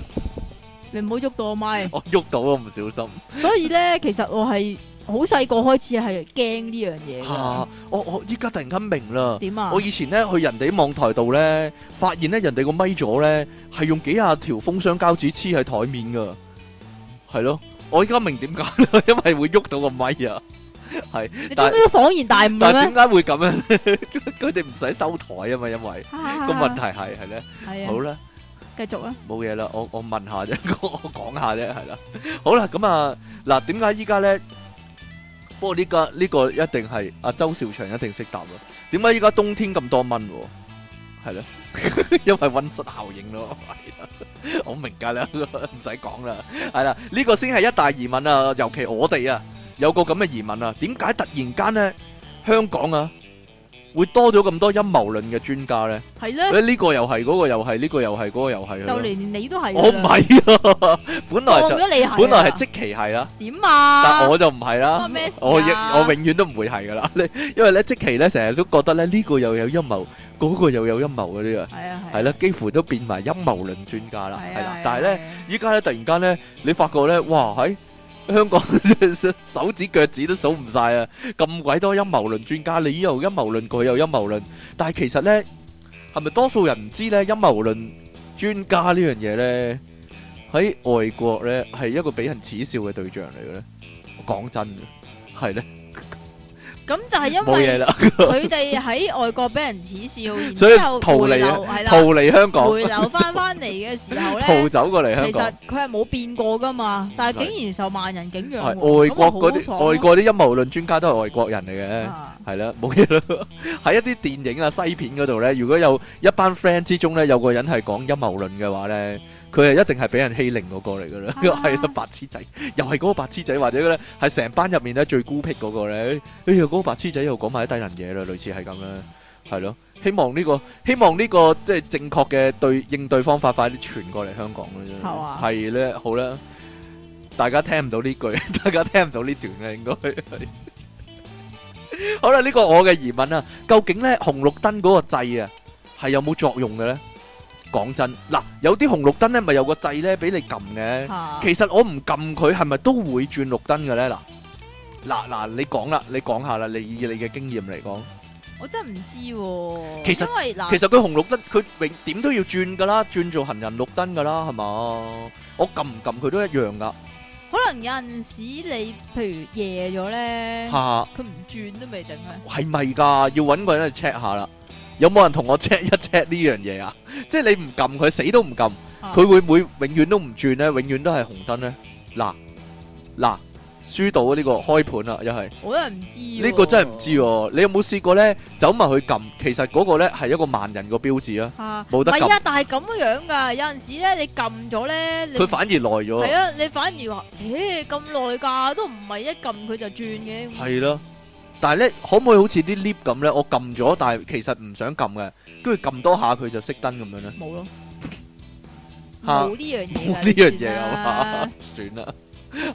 你唔好喐到我咪。我喐到我唔小心所以咧，其實我係好細個開始係驚呢樣嘢㗎嚇！我我依家突然間明啦，點啊我？以前咧去人哋網台度咧，發現咧人哋個咪咗咧係用幾廿條封箱膠紙黐喺台面噶，係咯，我依家明點解啦，因為會喐到個咪啊！係，你做但咩都恍然大悟但係嘅點解會咁樣 咧？佢哋唔使收台啊嘛，因為咩？個問題係係咧，系啊好，啦。继续啦。冇嘢啦，我我問下 啫，我我講下啫，係啦。好啦，咁啊，嗱，點解依家咧？不過呢家呢個一定係阿周兆祥一定識答啦。點解依家冬天咁多蚊喎？係 咯，因為温室效應 咯。係啦我明㗎 啦，唔使講啦。係啦，呢、個先係一大疑問啊！尤其我哋啊，有個咁嘅疑問啊，點解突然間咧香港啊會多咗咁多陰謀論嘅專家咧？系咧，咧呢個又係，嗰、個又係，呢、個又係，嗰、個又係。就連你都係㗎啦。我唔係 啊，本來當就咗你係啊。本來係即期係啦，點啊？但我就唔係啦關咩事，啊我亦我永遠都唔會係噶啦。 你因為咧即期咧成日都覺得咧呢個又有陰謀，嗰個又有陰謀嗰啲啊，係啊係啊係啦，幾乎都變埋陰謀論專家啦，係係啦啊。但係咧，依家咧突然間咧，你發覺咧，哇喺香港手指腳趾都數唔晒啊！咁鬼多陰謀論專家，你又陰謀論，佢又陰謀論，但係其實咧，係咪多數人唔知咧陰謀論專家呢樣嘢咧喺外國咧係一個俾人恥笑嘅對象嚟嘅咧？我講真嘅，係咧咁就係因冇嘢為啦，佢哋喺外國俾人恥笑，然所以之後逃離啊回流係啦逃離香港，回流翻翻嚟嘅時候逃咧，走過嚟香其港實。佢係冇變過噶嘛，但係係竟然受萬人景仰係喎，外國嗰咁咪好爽啲咯外國啲陰謀論專家都係外國人嚟嘅。啊係啦，冇嘢啦。喺一啲電影啊、西片嗰度咧，如果有一班 friend 之中咧，有個人係講陰謀論嘅話咧，佢係一定係俾人欺凌嗰個嚟噶啦，啊係啦、白痴仔，又係嗰個白痴仔，或者咧係成班入面咧最孤僻嗰個咧，哎呀，嗰、個白痴仔又講埋啲低能嘢啦，類似係咁啦，係咯。希望呢、個希望呢、個即係正確嘅對應對方法快啲傳過嚟香港啦，真係嘛係係咧，好啦，大家聽唔到呢句， 大家聽唔到呢段啦，應該。好啦，呢、個我嘅疑問啊，究竟咧紅綠燈嗰個掣啊，係有冇作用嘅咧？講真，嗱，有啲紅綠燈咧，咪有個掣咧俾你撳嘅。啊其實我唔撳佢，係咪都會轉綠燈嘅咧？嗱，嗱嗱，你講啦，你講下啦，你以你嘅經驗嚟講，我真係唔知喎，其實因為嗱其實佢紅綠燈佢永點都要轉噶啦，轉做行人綠燈噶啦，係嘛？我撳唔撳佢都一樣噶，可能有陣時你譬如夜咗咧，嚇佢唔轉都未定咧。係咪㗎？要揾個人去 check 下啦。有冇人同我 check 一 check 呢樣嘢啊？ 即係你唔撳佢，死都唔撳。啊佢會唔會永遠都唔轉咧？永遠都係紅燈咧？嗱嗱，輸到呢個開盤啦，又係我都係唔知喎，呢個真係唔知喎。你有冇試過咧走埋去撳？其實嗰個咧係一個萬人個標誌啊，嚇。冇唔得係撳，啊，但係咁樣㗎，有陣時咧你撳咗咧，你佢反而耐係咗，啊，你反而話，切咁耐㗎，都唔係一撳佢就轉嘅。係咯。但係咧，可唔可以好似啲 lift 咁咧？我撳咗，但係其實唔想撳嘅，跟住撳多下佢就熄燈咁樣咧？冇咯，嚇冇呢樣嘢冇㗎，呢樣你嘢算啊啦嘛，算啦，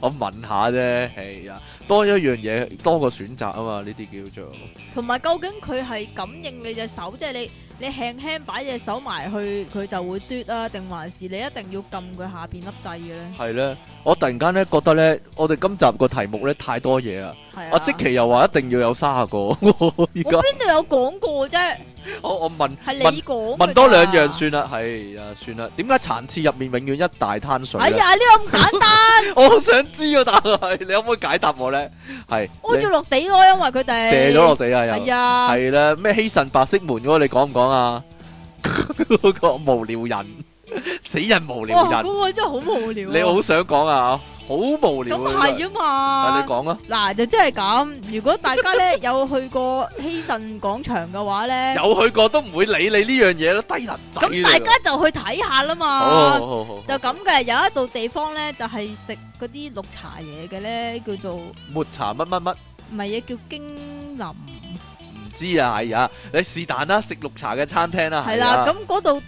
我問下啫，係啊，多一樣嘢多個選擇啊嘛，呢啲叫做。同埋究竟佢係感應你隻手，即係你你輕輕擺隻手埋去，佢就會嘟啊，定還是你一定要撳佢下邊粒掣嘅咧？系咧，我突然間咧覺得咧，我哋今集個題目咧太多嘢啊！係阿啊，即奇又話一定要有卅個， 而我家邊度有講過啫？我我問係問你講問問多兩樣。算啦，係啊算啦，點解殘廁入面永遠一大灘水呢哎呀，呢個咁簡單，我好想知啊，但係你可唔可以解答我咧？係屙你咗落地咯，因為佢哋射咗落地啊係又啊，係啦，咩希慎白色門嗰個你講唔講啊？ 嗰個無聊人，死人無聊哇，人，嗰個真係好無聊啊。你好想講啊，好無聊啊！咁係啊嘛。啊你講啊，嗱，就真係咁。如果大家咧有去過希慎廣場嘅話咧，有去過都唔會理你呢樣嘢啦，低能仔嚟咁㗎。大家就去睇下啦嘛。好好好好，就咁嘅，有一度地方咧就係食嗰啲綠茶嘢嘅咧，叫做唔抹茶乜乜乜，係啊，叫京林唔知啊，哎呀，你是但啦，食綠茶嘅餐廳啦，係啦。咁嗰度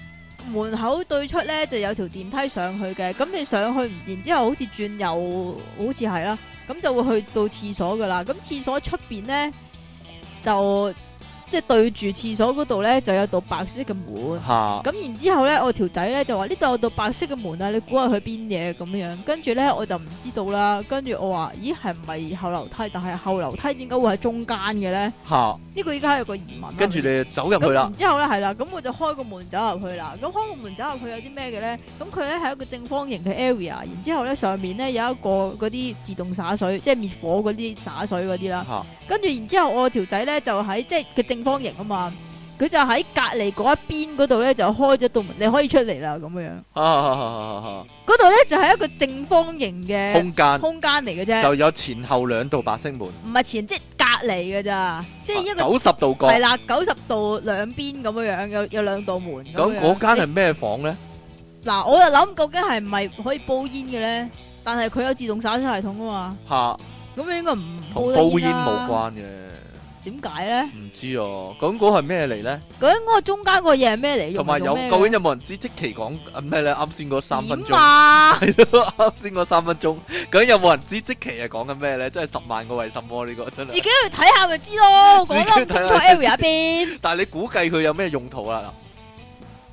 門口對出咧就有條電梯上去嘅，咁你上去，然之後好似轉右，好似係啦，咁就會去到廁所噶啦。咁廁所出邊咧就。即係對住廁所嗰度咧就有道白色嘅門。吓咁然之後咧，我條仔咧就話呢度有道白色嘅門啊，你估下去邊嘢咁樣？跟住咧我就唔知道啦。跟住我話：咦，係唔係後樓梯？但係後樓梯點解會喺中間嘅咧？吓，呢個依家有個疑問啦。啊跟住你就走入去咁啦然，之後咧係啦，咁我就開個門走入去啦。咁開個門走入去有啲咩嘅咧？咁佢咧係一個正方形嘅 area，然之後咧上面咧有一個嗰啲自動灑水，即係滅火嗰啲灑水嗰啲啦。吓跟住然之後我條仔咧就喺即係佢正方形啊嘛，佢就喺隔離嗰一邊嗰度咧就開咗道門，你可以出嚟啦咁樣。啊嗰度咧就係一個正方形嘅空間空間嚟嘅啫，就有前後兩道白色門，唔係前即係隔離嘅咋，即係一個啊九十度角係。啦，九十度兩邊咁樣樣，有有兩道門咁咁樣。嗰間係咩房咧？嗱，我就諗究竟係唔係可以煲煙嘅咧？但係佢有自動灑水系統啊嘛，吓，咁應該唔同得煲煙煙啦無。關嘅，點解咧？唔知哦。咁嗰係咩嚟咧？究竟嗰個中間個嘢係咩嚟用？同埋有用咩嘅究竟有冇人知即期講啊咩咧？啱先嗰三分點鐘。 啊？系咯，啱先嗰三分鐘，究竟有冇人知即期係講緊咩咧？真係十萬個為什麼呢個真自己係，去睇下咪知咯，自己講得唔清楚睇下 area 入邊。但係你估計佢有咩用途啊？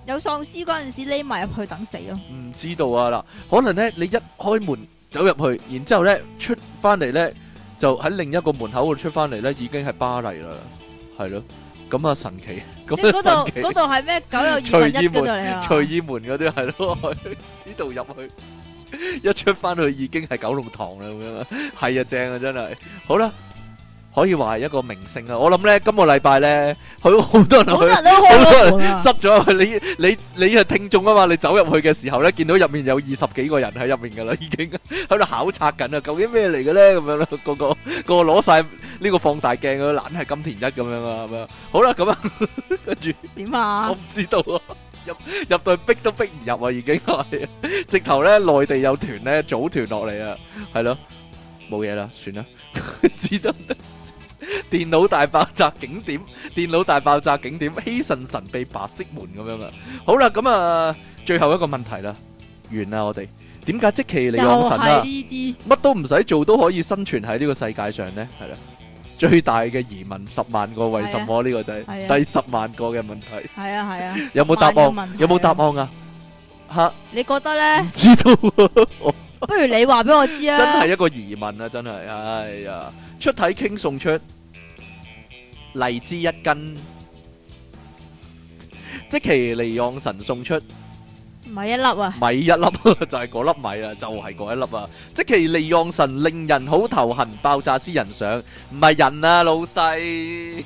有喪屍嗰陣時匿埋入去等死咯，嗱，唔知道啊嗱，可能咧你一開門走入去，然之后咧出翻嚟咧，就喺另一個門口嗰度出翻嚟咧，已經係巴黎啦，係咯，咁啊神奇，即係咁啊嗰度神奇嗰。度係咩九有二分一隨意門嗰度嚟啊？隨意門嗰啲係咯， 呢度入去，一出翻去已經係九龍塘啦咁樣啊，係啊正啊真係，好啦，可以話係一個明星啊！我諗咧今個禮拜咧，佢好多人好多去人都開咗門 啊！執咗入去，你你你係聽眾啊嘛，你走入去嘅時候咧，見到入面有二十幾個人喺入面 噶啦，已經喺度考察緊啊，究竟咩嚟嘅咧？咁樣咯，個個個個攞晒呢個放大鏡嗰個懶係金田一咁樣啊，咁樣好啦，咁 啊，跟住。點啊我？唔知道啊，入入到去逼都逼唔入啊，已經係直頭咧，內地有團咧組團落嚟啊，係咯，冇嘢啦，算 啦，知得得。電腦大爆炸景點，電腦大爆炸景點，希慎神秘白色門咁樣啊！好啦，咁啊，最後一個問題啦，完啦，我哋點解即其又利昂神啊係？呢啲乜都唔使做都可以生存喺呢個世界上呢？係啦，最大嘅疑問十萬個為什麼呢個就係係啊第十萬個嘅問題。係啊係啊，有冇答十萬個問案？題有冇啊答？案啊？吓， 你覺得咧？ 知道 啊我不如你話俾我知啊！真係一個疑問啊！真係，哎呀，出體傾送出荔枝一根，即其利昂神送出唔係一粒啊！米一粒， 就係嗰粒米啊，就係嗰一粒啊！即其利昂神令人好頭痕，爆炸私人相，唔係人啊，老細。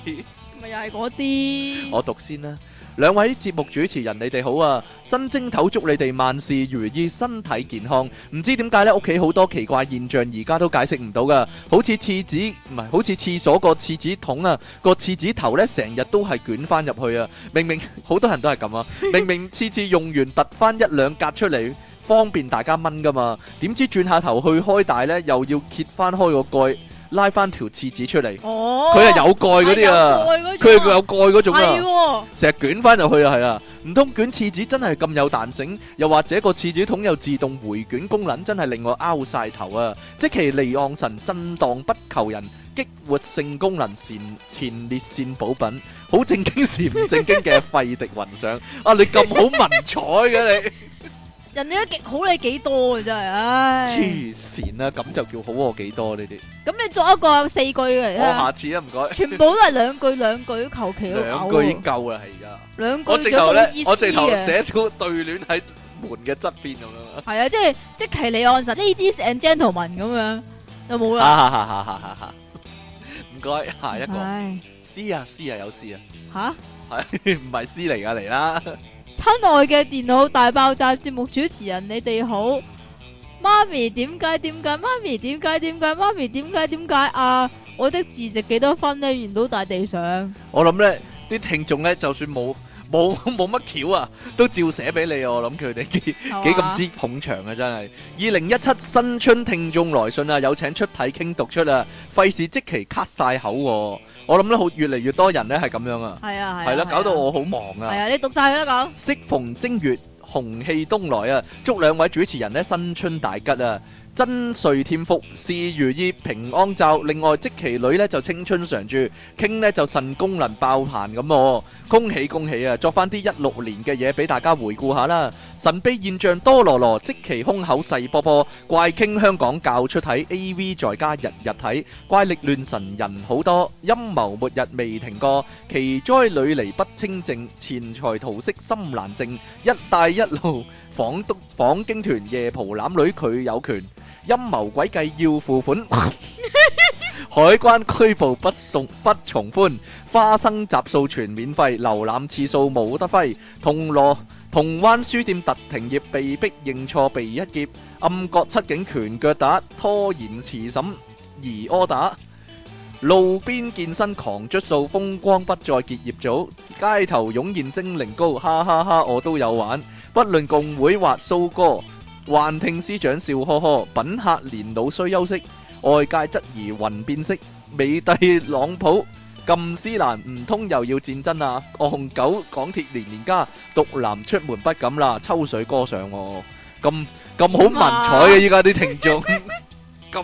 咪又係嗰啲，我讀先啦。兩位節目主持人，你哋好啊！新蒸頭祝你哋萬事如意，身體健康。唔知點解呢，屋企好多奇怪現象，而家都解釋唔到噶。好似廁紙唔係，好似廁所個廁紙筒啊，個廁紙頭呢，成日都係捲翻入去啊！明 明好多人都係咁 啊，明明次次用完突翻一兩格出嚟。方便大家掹噶嘛，點知轉下頭去開大呢，又要揭翻開個蓋，拉翻條廁紙出嚟，哦，佢係有蓋嗰啲啊，係有蓋嗰佢種啊，係有蓋嗰種啊。係喎，成日捲翻入去啊，係啊，唔通捲廁紙真係咁有彈性？又或者個廁紙筒有自動回捲功能，真係令我拗晒頭啊！即其離岸神震盪不求人，激活性功能前前列腺補品，好正經時唔正經嘅費迪雲上 啊！你咁好文采嘅你，人哋都極好你幾多啊！真係， 唉，黐線啦，咁就叫好我幾多呢啲？咁你作一個有四句嘅嚟我啦，下次啊，唔該，全部都係兩句兩句，求其都兩嘔句已喎經，夠啦，係啊！兩我句直就頭咧冇意，思啊我直頭嘅。寫到對聯喺門嘅側邊咁樣啊！係啊，即係即其離岸神 ladies and gentlemen 咁樣就冇啊啦。哈哈哈哈哈哈唔該，下啊一個唉，詩啊詩啊有詩啊， 吓，係唔係詩嚟噶嚟啦？親愛嘅電腦大爆炸節目主持人，你哋好。媽咪點解點解？媽咪點解點解？媽咪點解點解啊？我的字值幾多分呢？沿到大地上。我諗咧啲聽眾咧，就算冇冇 冇乜橋啊，都照寫俾你啊！我諗佢哋幾幾幾咁之捧場啊，真係。二零一七新春聽眾來信啊，有請出體傾讀出啊，費事即期咳晒口喎。我諗咧，好越嚟越多人咧係咁樣啊，係啊係係啦，搞到我好忙啊係。啊，你讀晒佢啦適逢正月，紅氣東來啊！祝兩位主持人呢新春大吉啊！真瑞添福，事如意平安罩。另外，即其女呢就青春常駐，傾呢就腎功能爆棚咁喎。恭喜恭喜啊！作翻啲一六年嘅嘢俾大家回顧下啦。神秘現象多羅羅，即其胸口細波波，怪傾香港教出睇 A V 在家日日睇，怪力亂神人好多，陰謀末日未停過，奇哉女離不清靜，錢財桃色心難靜，一帶一路。訪督訪京團夜蒲攬女佢有權，陰謀詭計要付款， 海關拘捕不送不從寬，花生集數全免費，瀏覽次數冇得揮，銅鑼銅灣書店特停業被逼認錯被一劫，暗角七警拳腳打拖延遲審疑柯打。路邊健身狂捽數，風光不再結業組，街頭湧現精靈高，哈哈哈！我都有玩。不論共會或蘇哥，幻聽師長笑呵呵，品客年老需休息，外界質疑雲變色，美帝朗普禁斯蘭，唔通又要戰爭啊？戇狗港鐵年年加，獨男出門不敢啦，抽水歌上喎，咁咁好文采嘅依家啲聽眾，咁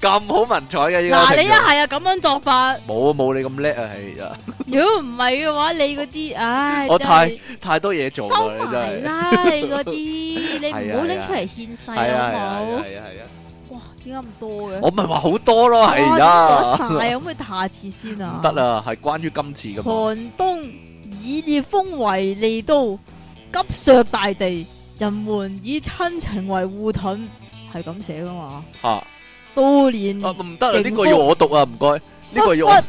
咁好文采嘅依家嗱，啲你一聽眾，係啊咁樣作法，冇啊冇你咁叻啊係啊，如果唔係嘅話，你嗰啲唉， 我真係太多嘢做收啦你埋真係，啊啦，你嗰啲 你唔好拎出嚟獻世係啊係啊係啊好唔好？係啊係啊，哇，點解咁多嘅？我咪話好多咯係哇啊。呢個晒，可唔可以下次先啊？唔得！啦，係關於今次嘅嘛。寒冬以烈風為利刀，急削大地，人們以親情為護盾，係咁寫噶嘛？吓，啊多年唔得啦，刑呢個要我讀啊，唔該，呢個要我屈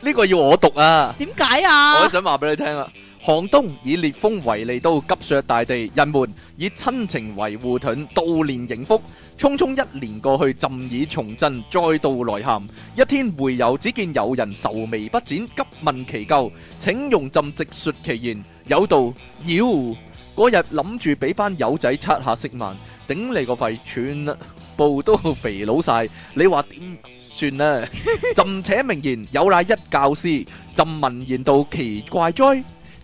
呢個要我讀啊，點解我一啊？陣話俾你聽啦。寒冬以烈風為利刀，急削大地；人們以親情為護盾，悼念迎福。匆匆一年過去，浸耳重振，再度來函。一天回遊，只見有人愁眉不展，急問其咎。請容朕直述其言。有道妖嗰日諗住俾班友仔刷下色盲，頂你個肺，全部都肥佬晒。你話點算呢？ 朕且明言，有乃一教師。朕聞言道奇怪哉，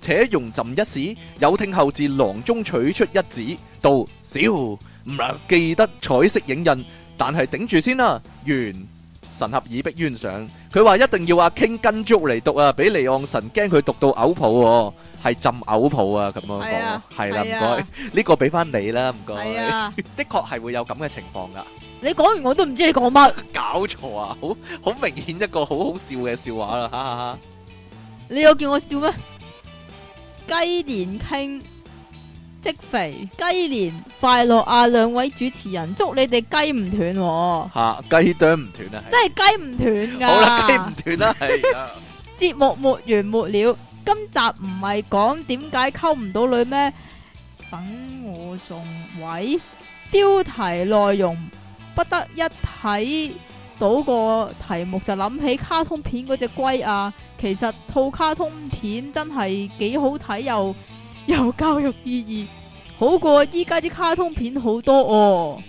且容朕一試。有聽後自囊中取出一指，道：少唔能記得彩色影印，但係頂住先啦。完。神合以逼冤上，佢話一定要阿 King 跟足嚟讀啊，俾離岸神驚佢讀到嘔泡喎，係浸嘔泡啊咁樣係講啊，係啦，唔係該啊，呢個俾翻你啦，唔該，係的啊，確係會有咁嘅情況噶。你講完我都唔知你講乜，搞錯啊！好好明顯一個好好笑嘅笑話啦，哈哈哈！你有叫我笑咩？雞年傾即肥，雞年快樂啊！兩位主持人，祝你哋雞唔斷喎，吓雞啄唔斷啊，係真係雞唔斷㗎。好啦，雞唔斷啦， 係啊，节目沒完沒了，今集唔係講點解溝唔到女咩？等我仲位，標題內容不得一睇到個題目就諗起卡通片嗰只龜啊！其實套卡通片真係幾好睇，又 有教育意義，好過依家啲卡通片好多哦。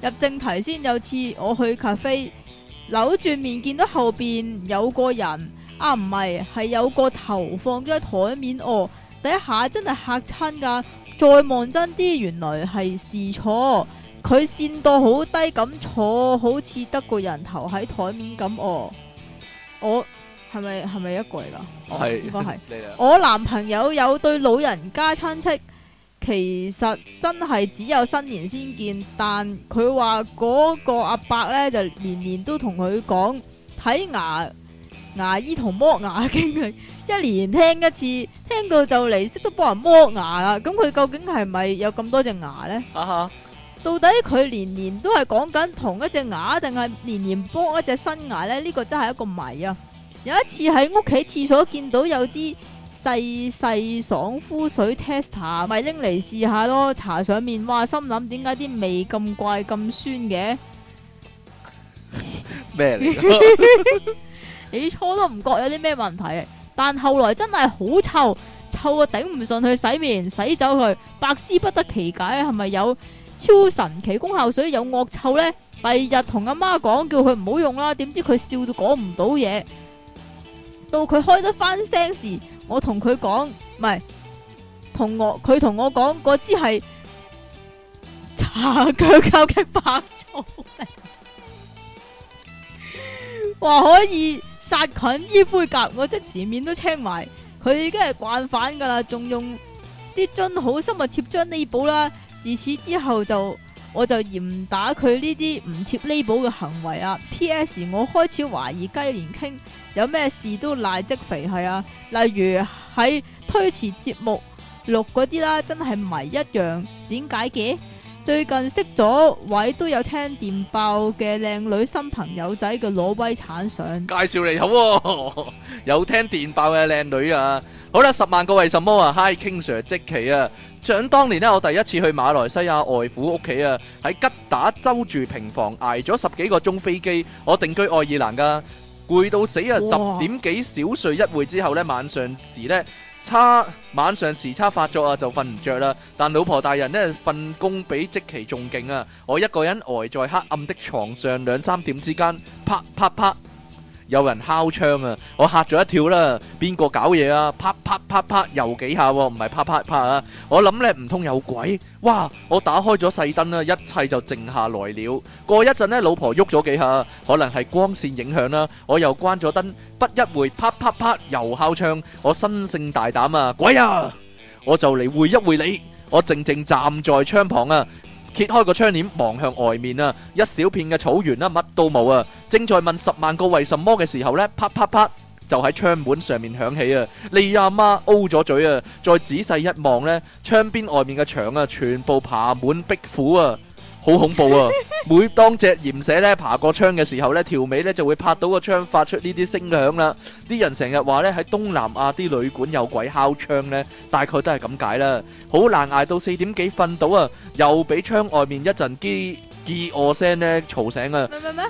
入正題先，有次我去咖啡，扭轉面見到後邊有個人。啊，唔係，係有個頭放咗喺台面哦，第一下真係嚇親㗎。再望真啲，原來係試錯，佢跣到好低咁坐，好似得個人頭喺台面咁哦。我係咪係咪一個嚟㗎？哦係應該係。 你嚟啊我男朋友有對老人家親戚，其實真係只有新年先見，但佢話嗰個阿伯呢，就年年都同佢講睇牙牙醫同剝牙嘅經歷，一年聽一次，聽到就嚟識得幫人剝牙啦。咁佢究竟係咪有咁多隻牙呢？哈哈，到底佢年年都係講緊同一隻牙，定係年年剝一隻新牙呢？呢、個真係一個謎啊！有一次喺屋企廁所見到有支細細爽膚水 tester，咪拎嚟試下咯，搽上面，哇！心諗點解啲味咁怪咁酸嘅？咩嚟㗎？ 起初都唔覺有啲咩問題，但後來真係好臭，臭啊頂唔順去洗面，洗走佢，百思不得其解係咪有超神奇功效水有惡臭呢？第二日同阿媽講，叫佢唔好用啦，點知佢笑到講唔到嘢。到佢開得翻聲時，我同佢講，唔係同我，佢同我講嗰支係茶腳究竟白做嚟？話可以殺菌醫灰甲，我即時面都青埋。佢已經係慣犯噶啦，仲用啲樽好心啊貼張 label 啦。自此之後就我就嚴打佢呢啲唔貼 label 嘅行為啊。P.S. 我開始懷疑雞連傾有咩事都賴積肥係啊，例如喺推遲節目錄嗰啲啦，真係迷一樣。點解嘅？最近識咗位都有聽電爆嘅靚女新朋友仔嘅挪威產相，介紹你好、喎， 有聽電爆嘅靚女啊！好啦，十萬個為什麼啊！Hi King Sir 即期啊！想當年呢，我第一次去馬來西亞外父屋企啊，喺吉打州住平房，捱咗十幾個鐘飛機，我定居愛爾蘭噶，攰到死啊！哇十點幾小睡一會之後呢，晚上時呢。差晚上時差發作啊，就瞓唔着啦。但老婆大人呢，瞓工比即期仲勁啊！我一個人呆在黑暗的床上兩三點之間，啪啪啪，有人敲窗啊！我嚇咗一跳啦，邊個搞嘢啊？啪啪啪啪又幾下喎、唔係啪啪啪啊！我諗呢，唔通有鬼？哇！我打開咗細燈啦，一切就靜下來了。過一陣呢，老婆喐咗幾下，可能係光線影響啦，我又關咗燈。不一會，啪啪啪又敲窗，我生性大膽啊！鬼啊！我就嚟會一會你，我靜靜站在窗旁啊，揭開個窗簾望向外面啊，一小片嘅草原啦、乜都冇啊！正在問十萬個為什麼嘅時候呢，啪啪啪就喺窗門上面響起啊！你阿媽 O 咗嘴啊！再仔細一望呢，窗邊外面嘅牆啊，全部爬滿壁虎啊！好恐怖啊！每當隻鹽蛇咧爬過窗嘅時候咧，條尾咧就會拍到個窗，發出呢啲聲響啦。啲人成日話咧喺東南亞啲旅館有鬼敲窗咧，大概都係咁解啦。好難捱到四點幾瞓到啊，又俾窗外面一陣飢飢餓聲咧嘈醒啊，咩咩咩？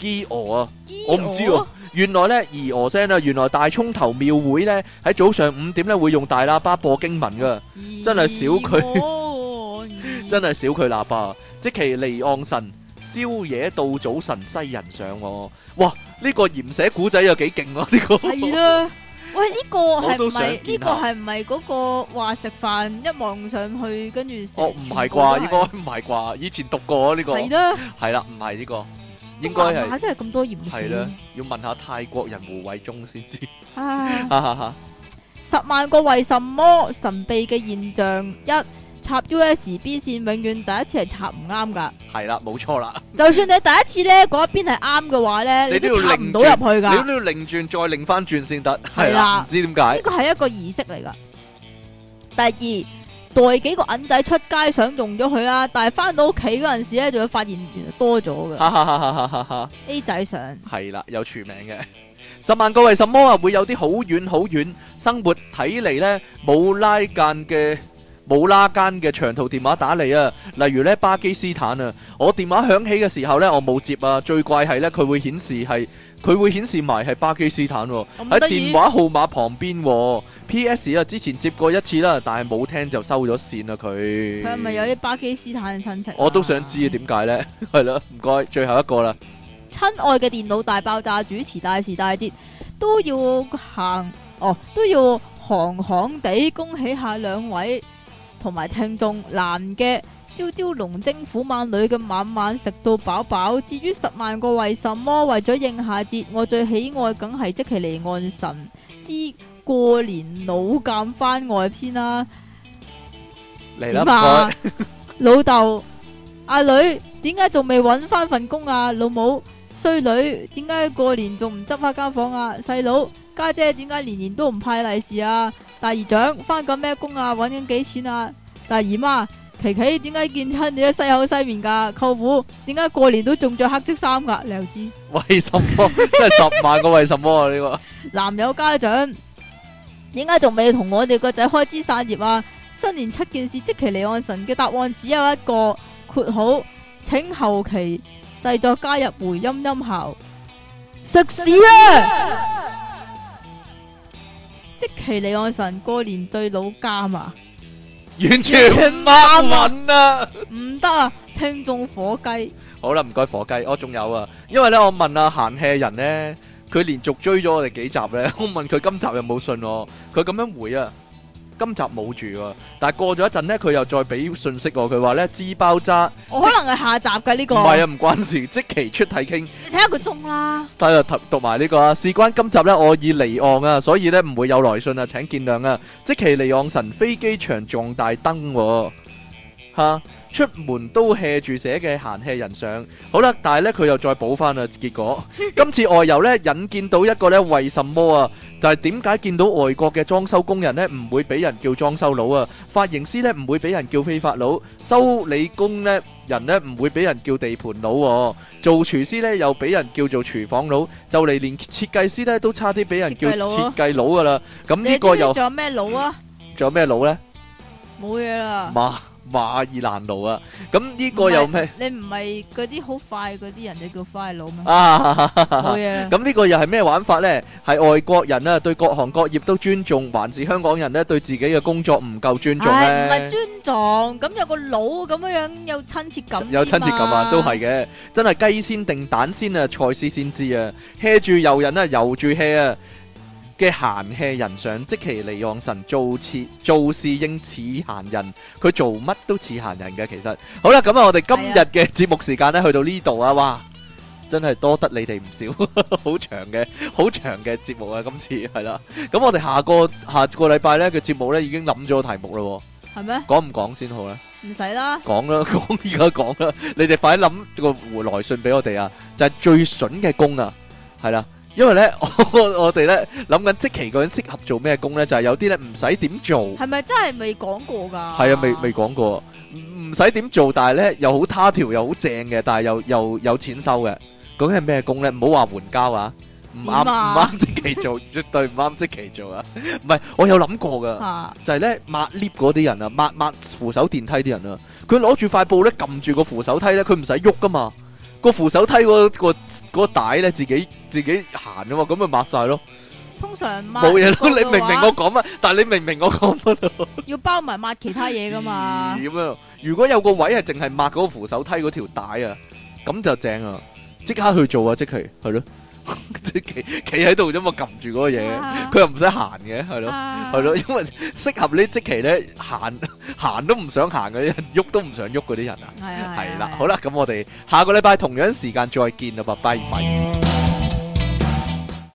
飢餓啊！咦我唔知喎、原來呢，兒鵝聲啊啦，原來大涌頭廟會呢，喺早上五點呢會用大喇叭播經文噶，咦真係少佢我 咦真係少佢喇叭。即其離岸神，宵夜到早晨西人上、喎。哇！呢、個鹽寫古仔有幾勁喎，呢、 個系啦。喂，呢個係都唔想係呢見個下係唔係嗰個話食飯一望上去跟住食？哦唔係啩？應該唔係啩？以前讀過啊呢、個係啦，係啦，唔係呢個，應應該該係真係咁多鹽係啦線。，要問下泰國人胡偉忠先知。唉，哈哈哈！十萬個為什麼神秘嘅現象一插 USB 線，永遠第一次係插唔啱㗎。係啦，冇錯啦。就算你第一次咧嗰一邊係啱嘅話咧，你你都都要插唔到擰入轉去㗎。你都要擰轉再擰翻轉先得，係係啦啦，唔知點解呢個係一個儀式嚟噶。第二，袋幾個銀仔出街想用咗佢啦，但係翻到屋企嗰陣時咧，就會發現原來多咗嘅哈哈哈哈哈哈， A 仔相。係啦，有署名嘅。十萬個為什麼啊，會有啲好遠好遠，生活睇嚟呢，冇拉間嘅冇拉間嘅長途電話打嚟啊，例如呢，巴基斯坦啊，我電話響起嘅時候呢，我冇接啊，最怪係呢，佢會顯示係佢會顯示埋係巴基斯坦喎、咁喺得電，意話號碼旁邊喎、P.S. 啊，之前接過一次啦，但係冇聽就收咗線啦佢。佢係咪有啲巴基斯坦嘅親戚啊？我都想知啊，點解呢？係咯，唔該，最後一個啦，親愛嘅電腦大爆炸主持大時大節都要行哦，都要行哦行地恭喜下兩位呃同埋聽眾，男嘅朝朝龍精虎猛，女嘅晚晚食到飽飽。至於十萬個為什麼，哦為咗應下節，我最喜愛梗係即其離岸神之過年老鑑番外篇啦、嚟啦，點唔啊該，？ 老豆，阿女，點解仲未揾翻份工啊？老母，衰女，點解過年仲唔執翻間房啊？細佬，家姐點解年年都唔派利是啊？大姨丈，翻緊咩工啊？揾緊幾錢啊？大姨媽，琪琪點解見親你都西口西面噶？舅父，點解過年都仲着黑色衫噶？你又知？為什麼？真係十萬個為什麼啊！呢個男友家長，點解仲未同我哋個仔開枝散葉啊？新年七件事，即其離岸神嘅答案只有一個，括號請後期製作加入回音音效。食屎啊！啊即其離岸神過年最老監啊！ 完全唔啱揾啊！唔得啊！聽眾火雞，好啦，唔該，火雞，我仲有啊，因為呢，我問阿閒 hea 人呢，佢連續追咗我哋幾集呢，我問佢今集有冇信我，佢咁樣回啊，今集冇住喎，但係過咗一陣呢，佢又再俾信息我，佢話呢，支包渣，我可能係下集嘅呢唔個，係啊，唔關事，即期出體傾。你睇下個鐘啦。睇下讀讀埋呢個啊，事關今集呢，我已離岸啊，所以呢唔會有來信啊，請見諒啊。即其離岸神飛機場撞大燈喎、吓出門都 hea 住寫嘅閒 hea 人上。好啦，但係呢，佢又再補翻啦， 結果今次外遊呢，引見到一個呢為什麼啊？就係點解見到外國嘅裝修工人呢唔會俾人叫裝修佬啊？髮型師呢唔會俾人叫飛髮佬，修理工呢人呢唔會俾人叫地盤佬喎、做廚師呢又俾人叫做廚房佬，就嚟連設計師呢都差啲俾人叫設計佬啊設計佬噶啦。咁呢你個知唔知又仲有咩佬啊？仲有咩佬呢？冇嘢啦。馬馬爾蘭奴啊！咁呢個又咩你啊唔係嗰啲好快嗰啲人，你叫快佬咩？啊？ 冇嘢啦。咁呢個又係咩玩法呢？係外國人啊對各行各業都尊重，還是香港人呢對自己嘅工作唔夠尊重唉，唔係呢？尊重，咁有個佬咁樣樣有親切感。有親切感啊，都。係嘅，真係雞先定蛋先啊，菜絲先知啊，hea 住遊人啊，遊住 hea 啊嘅閒 hea 人上，即其離岸神做似做事應似閒人，佢做乜都似閒人嘅其實。好啦，咁啊，我哋今日嘅節目時間咧去到呢度啊，哇！真係多得你哋唔少， 好長嘅好長嘅節目啊！今次係啦，咁我哋下個下個禮拜咧嘅節目咧已經諗咗題目啦係咩？喎，講唔講先好啊咧？唔使啦。講啦， 講而家講啦，你哋快啲諗個回來信俾我哋啊！就係、最筍嘅工啊，係啦，因為咧 我我哋咧諗緊即期究竟適合做咩工咧，就係、有啲咧唔使點做，係係咪真係未講過㗎？啊，未未講過，唔唔使點做，但係咧又好他條又好正嘅，但係又又有錢收嘅，究竟係咩工咧？唔好話援交啊！唔啱點唔啊啱即期做，絕對唔啱即期做啊！唔係，我有諗過㗎。嚇。就係咧抹 lift 嗰啲人啊，抹抹扶手電梯啲人啊，佢攞住塊布咧撳住個扶手梯咧，佢唔使喐噶嘛，個扶手梯嗰、個嗰個帶咧自己自己行噶嘛，咁咪抹晒咯，通常抹冇嘢咯。過嘅你明唔明話我講乜？但係你明唔明我講乜要包埋抹其他嘢㗎嘛？咁樣，如果有個位係淨係抹嗰個扶手梯嗰條帶啊，咁就正啊，即刻去做啊，即期係咯， 即期企喺度啫嘛，撳住嗰個嘢，啊佢又唔使行嘅，係咯。啊係咯，因為適合呢即期咧行 行都唔想行嗰啲人，喐都唔想喐嗰啲人啊。係啊，係啊係係啦啊，好啦，咁我哋下個禮拜同樣時間再見啦，拜拜。